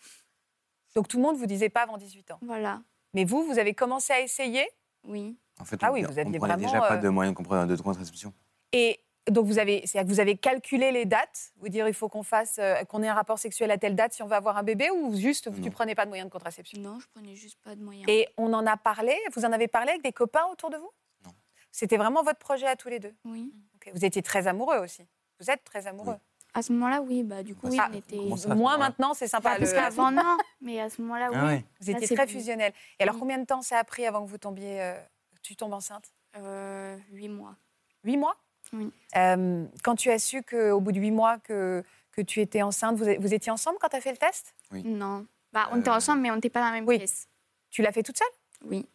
Speaker 2: Donc tout le monde vous disait pas avant 18 ans.
Speaker 9: Voilà.
Speaker 2: Mais vous, vous avez commencé à essayer
Speaker 9: Oui.
Speaker 10: En fait,
Speaker 2: Ah
Speaker 10: on
Speaker 2: oui,
Speaker 10: ne
Speaker 2: vous aviez
Speaker 10: prenait
Speaker 2: vraiment,
Speaker 10: déjà pas
Speaker 2: euh,
Speaker 10: de moyens de comprendre de contraception.
Speaker 2: Et donc vous avez, c'est-à-dire que vous avez calculé les dates, vous dire il faut qu'on fasse, euh, qu'on ait un rapport sexuel à telle date si on veut avoir un bébé ou juste vous- tu prenais pas de moyens de contraception
Speaker 9: Non, je prenais juste pas de moyens.
Speaker 2: Et on en a parlé, vous en avez parlé avec des copains autour de vous
Speaker 10: Non.
Speaker 2: C'était vraiment votre projet à tous les deux
Speaker 9: Oui.
Speaker 2: Ok, Vous étiez très amoureux aussi. Vous êtes très amoureux.
Speaker 9: À ce moment-là, oui, bah du coup, oui,
Speaker 2: Ah,
Speaker 9: on était.
Speaker 2: Moins maintenant, c'est sympa.
Speaker 9: Parce
Speaker 2: le-
Speaker 9: <laughs> qu'avant, non. Mais à ce moment-là,
Speaker 2: Ah
Speaker 9: oui.
Speaker 2: ouais. Vous
Speaker 9: Là,
Speaker 2: étiez
Speaker 9: c'est
Speaker 2: très
Speaker 9: bon.
Speaker 2: fusionnels. Et alors, combien de temps ça a pris avant que vous tombiez, euh, tu tombes enceinte
Speaker 9: Euh, Huit mois.
Speaker 2: Huit mois
Speaker 9: Oui.
Speaker 2: Euh, Quand tu as su qu'au bout de huit mois que, que tu étais enceinte, vous, vous étiez ensemble quand tu as fait le test
Speaker 9: Non. Bah, on était ensemble, mais on n'était pas dans la même pièce.
Speaker 2: Tu l'as fait toute seule
Speaker 9: Oui.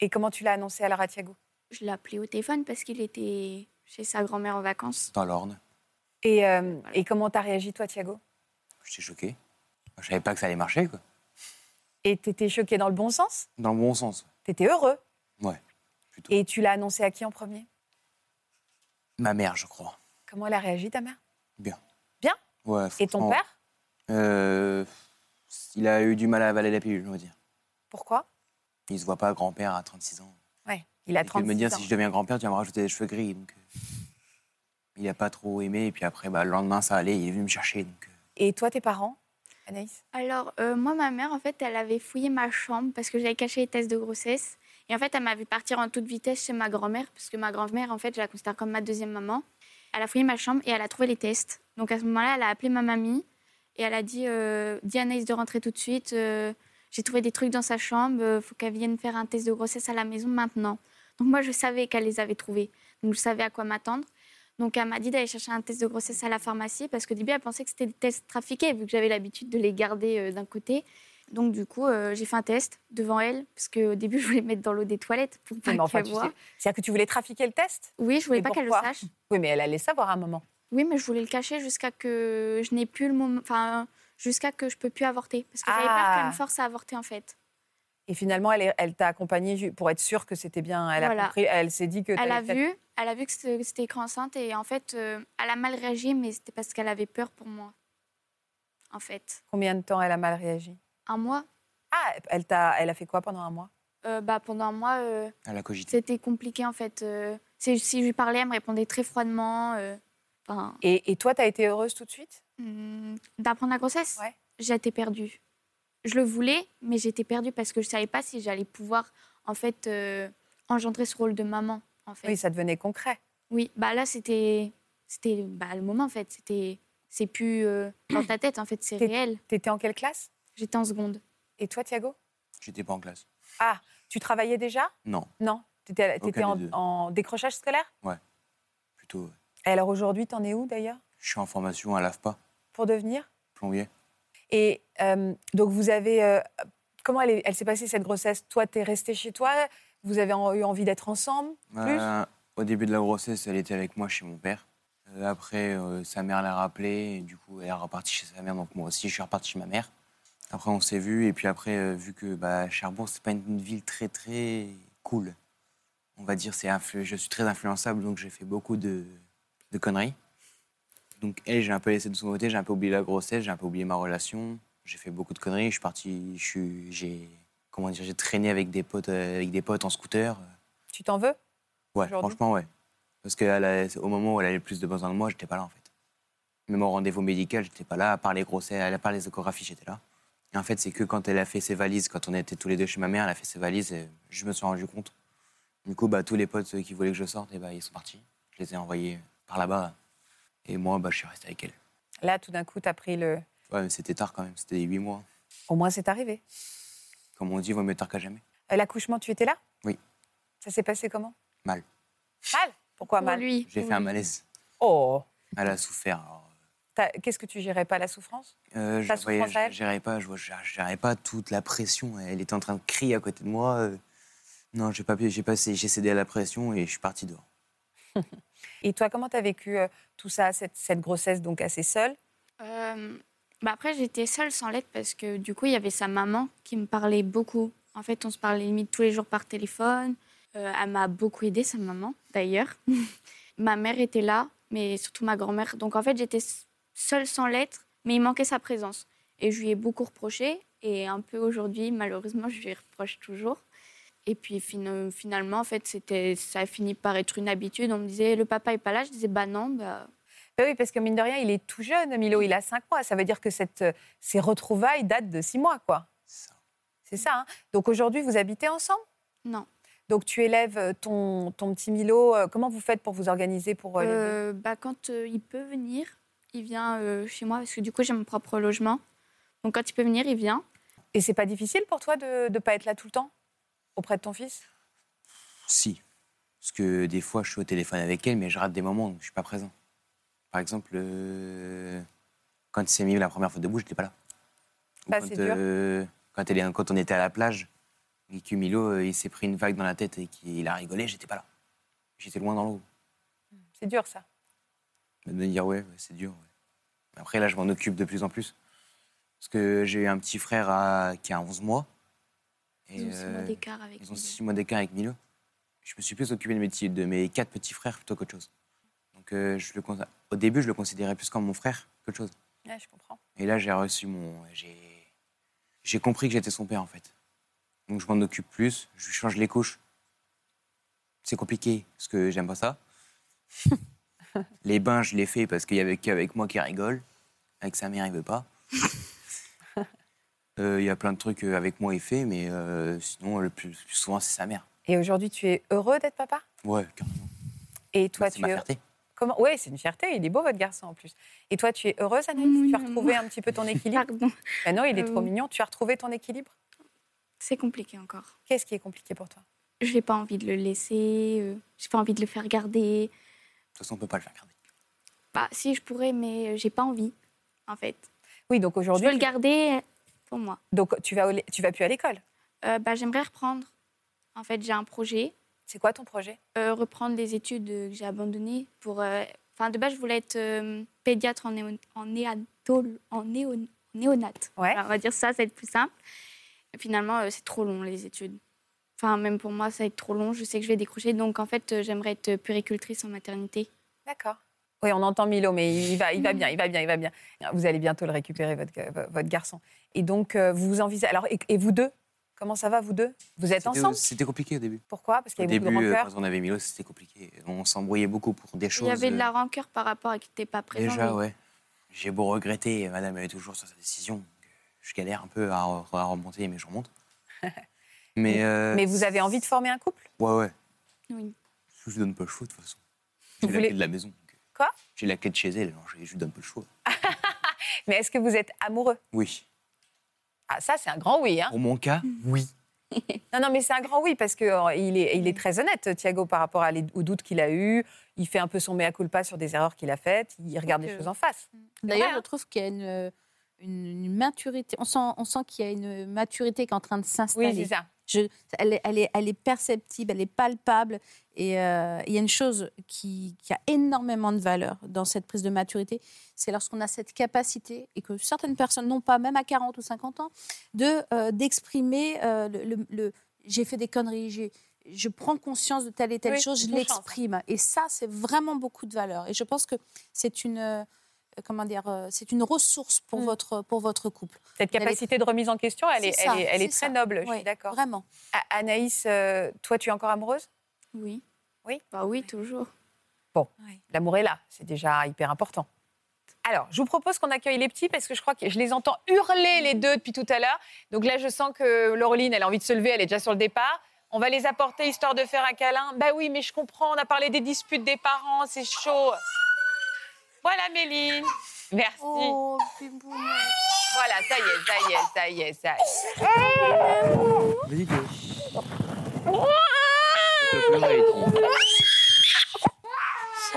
Speaker 2: Et comment tu l'as annoncé à Lara Thiago
Speaker 9: Je l'ai appelé au téléphone parce qu'il était chez sa grand-mère en vacances.
Speaker 10: Dans l'orne,
Speaker 2: et, euh, et comment t'as réagi, toi, Thiago
Speaker 10: j'étais choqué. Je savais pas que ça allait marcher, quoi.
Speaker 2: Et t'étais choquée dans le bon sens
Speaker 10: Dans le bon sens.
Speaker 2: T'étais heureux
Speaker 10: Ouais.
Speaker 2: Et tu l'as annoncé à qui en premier
Speaker 10: Ma mère, je crois.
Speaker 2: Comment elle a réagi, ta mère
Speaker 10: Bien.
Speaker 2: Bien
Speaker 10: Ouais,
Speaker 2: Et ton
Speaker 10: franchement,
Speaker 2: père
Speaker 10: euh, Il a eu du mal à avaler la pilule, on va dire.
Speaker 2: Pourquoi
Speaker 10: Il se voit pas grand-père à 36 ans.
Speaker 2: Ouais, il a
Speaker 10: Il
Speaker 2: 36
Speaker 10: me dire
Speaker 2: ans.
Speaker 10: si je deviens grand-père, tu vas me rajouter des cheveux gris. Donc, euh, il n'a pas trop aimé. Et puis après, bah, le lendemain, ça allait. Il est venu me chercher. Donc,
Speaker 2: Et toi, tes parents Anaïs
Speaker 9: Alors, euh, moi, ma mère, en fait, elle avait fouillé ma chambre parce que j'avais caché les tests de grossesse. Et en fait, elle m'a vu partir en toute vitesse chez ma grand-mère parce que ma grand-mère, en fait, je la considère comme ma deuxième maman. Elle a fouillé ma chambre et elle a trouvé les tests. Donc, à ce moment-là, elle a appelé ma mamie et elle a dit euh, Dis à Anaïs de rentrer tout de suite. euh, J'ai trouvé des trucs dans sa chambre. Il faut qu'elle vienne faire un test de grossesse à la maison maintenant. Donc, moi, je savais qu'elle les avait trouvés. Donc, je savais à quoi m'attendre. Donc, elle m'a dit d'aller chercher un test de grossesse à la pharmacie parce que début, elle pensait que c'était des tests trafiqués vu que j'avais l'habitude de les garder euh, d'un côté. Donc, du coup, euh, j'ai fait un test devant elle parce qu'au début, <laughs> je voulais mettre dans l'eau des toilettes pour pas
Speaker 2: Ah, Mais enfin,
Speaker 9: qu'elle
Speaker 2: tu
Speaker 9: voit.
Speaker 2: sais- C'est-à-dire que tu voulais trafiquer le test
Speaker 9: Oui, je voulais
Speaker 2: Et
Speaker 9: pas qu'elle le
Speaker 2: pourquoi
Speaker 9: sache.
Speaker 2: Oui, mais elle allait savoir à un moment.
Speaker 9: Oui, mais je voulais le cacher jusqu'à que je n'ai plus le moment. Enfin, jusqu'à que je peux plus avorter. Parce que j'avais peur
Speaker 2: Ah.
Speaker 9: qu'elle me force à avorter, en fait.
Speaker 2: Et finalement, elle, est- elle t'a accompagnée ju- pour être sûre que c'était bien. Elle
Speaker 9: Voilà.
Speaker 2: a compris, elle s'est dit que.
Speaker 9: Elle
Speaker 2: t'avais
Speaker 9: a,
Speaker 2: peut-être-
Speaker 9: vu, elle a vu que c'était- c'était écrit enceinte et en fait, euh, elle a mal réagi, mais c'était parce qu'elle avait peur pour moi. En fait.
Speaker 2: Combien de temps elle a mal réagi
Speaker 9: Un mois
Speaker 2: Ah, elle t'a, elle a fait quoi pendant un mois
Speaker 9: Euh, bah, pendant un mois, euh,
Speaker 10: elle a cogité.
Speaker 9: c'était compliqué, en fait. Euh, c'est- si je lui parlais, elle me répondait très froidement. euh, enfin,
Speaker 2: Et, et toi, t'as été heureuse tout de suite
Speaker 9: hum, D'apprendre la grossesse J'étais perdue. Je le voulais, mais j'étais perdue parce que je savais pas si j'allais pouvoir, en fait, euh, engendrer ce rôle de maman, en fait.
Speaker 2: Oui, ça devenait concret.
Speaker 9: Oui, bah là, c'était c'était bah, le moment, en fait. C'était... C'est plus euh, dans ta tête, en fait, c'est réel.
Speaker 2: T'étais en quelle classe
Speaker 9: J'étais en seconde.
Speaker 2: Et toi, Thiago
Speaker 10: J'étais pas en classe.
Speaker 2: Ah, tu travaillais déjà
Speaker 10: Non,
Speaker 2: Non. T'étais, à la-
Speaker 10: Aucun
Speaker 2: t'étais en,
Speaker 10: des deux.
Speaker 2: en décrochage scolaire
Speaker 10: plutôt. euh,
Speaker 2: Et alors aujourd'hui, t'en es où d'ailleurs
Speaker 10: Je suis en formation à l'AFPA,
Speaker 2: pour devenir
Speaker 10: plombier.
Speaker 2: Et euh, donc vous avez, euh, comment elle, est- elle s'est passée cette grossesse Toi, t'es restée chez toi Vous avez en- eu envie d'être ensemble plus
Speaker 10: Euh, au début de la grossesse, elle était avec moi chez mon père. Euh, après, euh, sa mère l'a rappelée. Et du coup, elle est repartie chez sa mère. Donc moi aussi, je suis reparti chez ma mère. Après, on s'est vus. Et puis après, euh, vu que bah, Cherbourg, c'est pas une ville très, très cool. On va dire, c'est influ- je suis très influençable, donc j'ai fait beaucoup de, de conneries. Donc elle, j'ai un peu laissé de son côté. J'ai un peu oublié la grossesse. J'ai un peu oublié ma relation. J'ai fait beaucoup de conneries. Je suis parti. Je suis. J'ai. Comment dire J'ai traîné avec des potes, euh, avec des potes en scooter.
Speaker 2: Tu t'en veux
Speaker 10: Ouais,
Speaker 2: aujourd'hui
Speaker 10: franchement, ouais. Parce qu'au moment où elle avait le plus de besoin de moi, j'étais pas là, en fait. Même au rendez-vous médical, j'étais pas là. À part les grossesses, à part les échographies, j'étais là. Et en fait, c'est que quand elle a fait ses valises, quand on était tous les deux chez ma mère, elle a fait ses valises et je me suis rendu compte. Du coup, bah, tous les potes ceux qui voulaient que je sorte, eh bah, ils sont partis. Je les ai envoyés par là-bas. Et moi, bah, je suis resté avec elle.
Speaker 2: Là, tout d'un coup, t'as pris le.
Speaker 10: Ouais, mais c'était tard quand même. C'était 8 mois.
Speaker 2: Au moins, c'est arrivé.
Speaker 10: Comme on dit, vaut mieux tard qu'à jamais.
Speaker 2: Euh, L'accouchement, tu étais là
Speaker 10: Oui.
Speaker 2: Ça s'est passé comment
Speaker 10: Mal.
Speaker 2: Mal Pourquoi mal
Speaker 10: J'ai fait un malaise.
Speaker 2: Oh
Speaker 10: Elle a souffert. alors,
Speaker 2: T'as- Qu'est-ce que tu gérais pas La souffrance
Speaker 10: Euh, je
Speaker 2: Ta
Speaker 10: la voyais-
Speaker 2: souffrance à elle
Speaker 10: je gérais pas, je vois- je gérais pas toute la pression. Elle était en train de crier à côté de moi. euh, Non, j'ai pas pu- j'ai passé, j'ai cédé à la pression et je suis parti dehors.
Speaker 2: Et toi, comment t'as vécu euh, tout ça, cette, cette grossesse donc assez seule
Speaker 9: Euh, bah après, j'étais seule sans l'aide parce que du coup, il y avait sa maman qui me parlait beaucoup. En fait, on se parlait limite tous les jours par téléphone. Euh, elle m'a beaucoup aidée, sa maman, d'ailleurs. <laughs> ma mère était là, mais surtout ma grand-mère. Donc en fait, j'étais s- seule sans l'être, mais il manquait sa présence. <laughs> Et je lui ai beaucoup reproché. Et un peu aujourd'hui, malheureusement, je lui reproche toujours. Et puis fin- finalement, en fait, c'était, ça a fini par être une habitude. On me disait, le papa est pas là. Je disais, bah non, bah,
Speaker 2: Bah oui, parce que mine de rien, il est tout jeune, Milo, il a 5 mois. Ça veut dire que cette, euh, ces retrouvailles datent de 6 mois, quoi. C'est ça. hein. Donc aujourd'hui, vous habitez ensemble
Speaker 9: non.
Speaker 2: Donc tu élèves euh, ton, ton petit Milo. euh, Comment vous faites pour vous organiser pour euh, les deux
Speaker 9: Euh, bah, quand euh, il peut venir, il vient euh, chez moi parce que du coup, j'ai mon propre logement. Donc quand il peut venir, il vient.
Speaker 2: Et c'est pas difficile pour toi de ne pas être là tout le temps auprès de ton fils
Speaker 10: Si. Parce que des fois, je suis au téléphone avec elle, mais je rate des moments, donc je suis pas présent. Par exemple, euh, quand il s'est mis la première fois debout, je n'étais pas là. Ou
Speaker 2: Ah,
Speaker 10: quand, euh,
Speaker 2: c'est dur.
Speaker 10: quand, elle est- quand on était à la plage, et que Milo, euh, il s'est pris une vague dans la tête et qu'il a rigolé, j'étais pas là. J'étais loin dans l'eau.
Speaker 2: C'est dur, ça.
Speaker 10: de me dire ouais, ouais, c'est dur. ouais. Après là, je m'en occupe de plus en plus parce que j'ai eu un petit frère à- qui a 11 mois. Et,
Speaker 9: Ils ont six mois
Speaker 10: euh,
Speaker 9: d'écart avec
Speaker 10: Ils ont
Speaker 9: Milo.
Speaker 10: 6 mois d'écart avec Milo. Je me suis plus occupé de mes, petits- de mes quatre petits frères plutôt qu'autre chose. Donc euh, je le, cons- au début, je le considérais plus comme mon frère qu'autre chose.
Speaker 2: Ouais, je comprends.
Speaker 10: Et là, j'ai reçu mon. J'ai, j'ai compris que j'étais son père, en fait. Donc, je m'en occupe plus, je lui change les couches. C'est compliqué, parce que j'aime pas ça. les bains, je les fais parce qu'il y avait qu'avec moi qui rigole. Avec sa mère, il veut pas. Euh, Il y a plein de trucs euh, avec moi, il fait, mais euh, sinon, le plus, plus souvent, c'est sa mère.
Speaker 2: Et aujourd'hui, tu es heureux d'être papa
Speaker 10: Ouais, carrément.
Speaker 2: Et toi,
Speaker 10: Bah, c'est
Speaker 2: tu
Speaker 10: ma
Speaker 2: es.
Speaker 10: fierté.
Speaker 2: Comment Oui, c'est une fierté. Il est beau, votre garçon, en plus. Et toi, tu es heureuse, Anaïs Tu as retrouvé un petit peu
Speaker 9: <laughs>
Speaker 2: ton équilibre
Speaker 9: Pardon,
Speaker 2: Ben non, il est trop
Speaker 9: Euh.
Speaker 2: mignon. Tu as retrouvé ton équilibre
Speaker 9: c'est compliqué encore.
Speaker 2: Qu'est-ce qui est compliqué pour toi
Speaker 9: je n'ai pas envie de le laisser, euh, j'ai pas envie de le faire garder.
Speaker 10: De toute façon, on peut pas le faire garder.
Speaker 9: Bah, si je pourrais, mais euh, j'ai pas envie, en fait.
Speaker 2: Oui, donc
Speaker 9: Je
Speaker 2: aujourd'hui.
Speaker 9: veux le garder pour moi.
Speaker 2: Donc tu vas, au lé- tu vas plus à l'école.
Speaker 9: Euh, bah, j'aimerais reprendre. En fait, j'ai un projet,
Speaker 2: C'est quoi ton projet
Speaker 9: euh, reprendre les études euh, que j'ai abandonnées pour. euh, Enfin, de base, je voulais être euh, pédiatre en, néo- en, néatol- en néo- néonate.
Speaker 2: Ouais.
Speaker 9: Voilà, on va dire ça, ça va être plus simple. Et finalement, euh, c'est trop long, les études. Enfin, même pour moi, ça va être trop long. Je sais que je vais décrocher. Donc, en fait, euh, j'aimerais être puricultrice en maternité.
Speaker 2: D'accord. Oui, on entend Milo, mais il va, il va bien, il va bien, il va bien. Vous allez bientôt le récupérer, votre, euh, votre garçon. Et donc, euh, vous envisagez. Alors, et, et vous deux Comment ça va, vous deux Vous êtes
Speaker 10: C'était- euh,
Speaker 2: ensemble
Speaker 10: C'était compliqué au début.
Speaker 2: Pourquoi Parce qu'il
Speaker 10: Au
Speaker 2: y a beaucoup de
Speaker 10: début, euh,
Speaker 2: rancœur.
Speaker 10: quand on avait Milo, c'était compliqué. On s'embrouillait beaucoup pour des choses.
Speaker 9: Il y avait de
Speaker 10: euh,
Speaker 9: la rancœur par rapport à qui n'était pas présent.
Speaker 10: Déjà,
Speaker 9: mais
Speaker 10: ouais. J'ai beau regretter, madame elle est toujours sur sa décision. Je galère un peu à, re- à remonter, mais
Speaker 2: <laughs>
Speaker 10: je remonte. mais, euh,
Speaker 2: Mais vous avez envie de former un couple
Speaker 10: Ouais, ouais.
Speaker 9: Oui.
Speaker 10: Je lui donne pas le choix, de toute façon. J'ai
Speaker 2: Vous
Speaker 10: la
Speaker 2: voulez-
Speaker 10: clé de la maison. donc, euh,
Speaker 2: Quoi
Speaker 10: J'ai la clé de chez elle, alors je je lui donne pas le choix.
Speaker 2: Mais est-ce que vous êtes amoureux
Speaker 10: Oui. Mm.
Speaker 2: Ah, ça, c'est un grand oui. Hein
Speaker 10: Pour mon cas, oui.
Speaker 2: non, non, mais c'est un grand oui parce qu'il il est, il est très honnête, Thiago, par rapport à les- aux doutes qu'il a eus. Il fait un peu son mea culpa sur des erreurs qu'il a faites. Il regarde
Speaker 8: Donc,
Speaker 2: les
Speaker 8: euh,
Speaker 2: choses en face.
Speaker 8: D'ailleurs,
Speaker 2: Ouais, hein.
Speaker 8: je trouve qu'il y a une, euh, une- une maturité. On sent, on sent qu'il y a une maturité qui est en train de s'installer.
Speaker 2: Oui, c'est ça.
Speaker 8: Je- elle, est, elle est- elle est perceptible, elle est palpable. Et euh, il y a une chose qui, qui a énormément de valeur dans cette prise de maturité, c'est lorsqu'on a cette capacité, et que certaines personnes n'ont pas, même à 40 ou 50 ans, de, euh, d'exprimer euh, le, le- le- j'ai fait des conneries, j'ai- je prends conscience de telle et telle
Speaker 2: Oui,
Speaker 8: chose,
Speaker 2: c'est
Speaker 8: je
Speaker 2: une chance.
Speaker 8: l'exprime. Et ça, c'est vraiment beaucoup de valeur. Et je pense que c'est une, euh, comment dire, euh, c'est une ressource pour,
Speaker 2: Mm.
Speaker 8: votre, pour votre couple.
Speaker 2: Cette
Speaker 8: Elle est-
Speaker 2: capacité de remise en question, elle est,
Speaker 8: C'est
Speaker 2: elle
Speaker 8: ça,
Speaker 2: est, elle est
Speaker 8: c'est
Speaker 2: très
Speaker 8: ça.
Speaker 2: noble, je
Speaker 8: Ouais,
Speaker 2: suis d'accord.
Speaker 8: Vraiment.
Speaker 2: A- Anaïs, euh, toi, tu es encore amoureuse
Speaker 9: Oui.
Speaker 2: Oui.
Speaker 9: Bah oui, toujours.
Speaker 2: L'amour est là, c'est déjà hyper important. Alors, je vous propose qu'on accueille les petits parce que je crois que je les entends hurler les deux depuis tout à l'heure. Donc là, je sens que Laureline, elle a envie de se lever, elle est déjà sur le départ. On va les apporter histoire de faire un câlin. Bah oui, mais je comprends, on a parlé des disputes des parents, c'est chaud. Voilà, Méline. Merci.
Speaker 8: Oh, c'est bon.
Speaker 2: Voilà, ça y est, ça y est, ça y est, ça y est.
Speaker 10: Vas-y, Théo. Tu peux pleurer, Théo.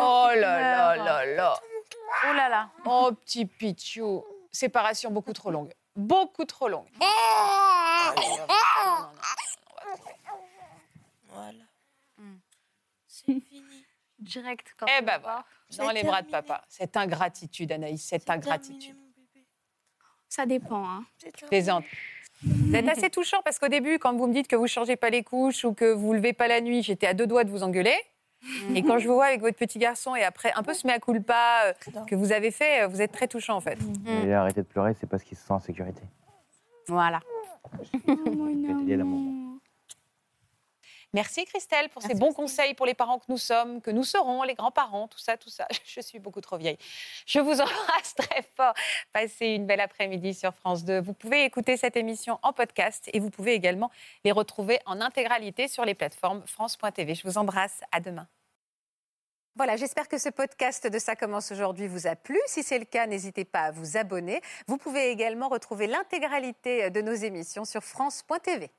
Speaker 2: Oh là là là là.
Speaker 5: Oh là là.
Speaker 2: Oh, petit Pichou. Séparation beaucoup trop longue. Beaucoup trop longue. Ah, non, non, non, non, non, non, on va couper.
Speaker 4: Voilà.
Speaker 5: Direct. Quand
Speaker 2: Eh
Speaker 5: on
Speaker 2: ben
Speaker 5: voit.
Speaker 2: voilà. Dans les bras de papa. Cette ingratitude, Anaïs, cette ingratitude.
Speaker 9: Ça dépend. hein.
Speaker 2: Plaisante. Vous êtes assez touchant parce qu'au début, quand vous me dites que vous changez pas les couches ou que vous levez pas la nuit, j'étais à deux doigts de vous engueuler. Et quand je vous vois avec votre petit garçon et après un peu ce mea culpa euh, que vous avez fait, euh, vous êtes très touchant en fait.
Speaker 10: Et arrêtez de pleurer, c'est parce qu'il se sent en sécurité.
Speaker 5: Voilà.
Speaker 9: Oh, mon
Speaker 10: Faites-les à la
Speaker 9: amour.
Speaker 2: Merci Christelle pour ces bons conseils pour les parents que nous sommes, que nous serons, les grands-parents, tout ça, tout ça. <laughs> Je suis beaucoup trop vieille. Je vous <laughs> embrasse très fort. Passez une belle après-midi sur France 2. Vous pouvez écouter cette émission en podcast et vous pouvez également les retrouver en intégralité sur les plateformes France.tv. Je vous embrasse. À demain. Voilà, j'espère que ce podcast de Ça commence aujourd'hui vous a plu. Si c'est le cas, n'hésitez pas à vous abonner. Vous pouvez également retrouver l'intégralité de nos émissions sur France.tv.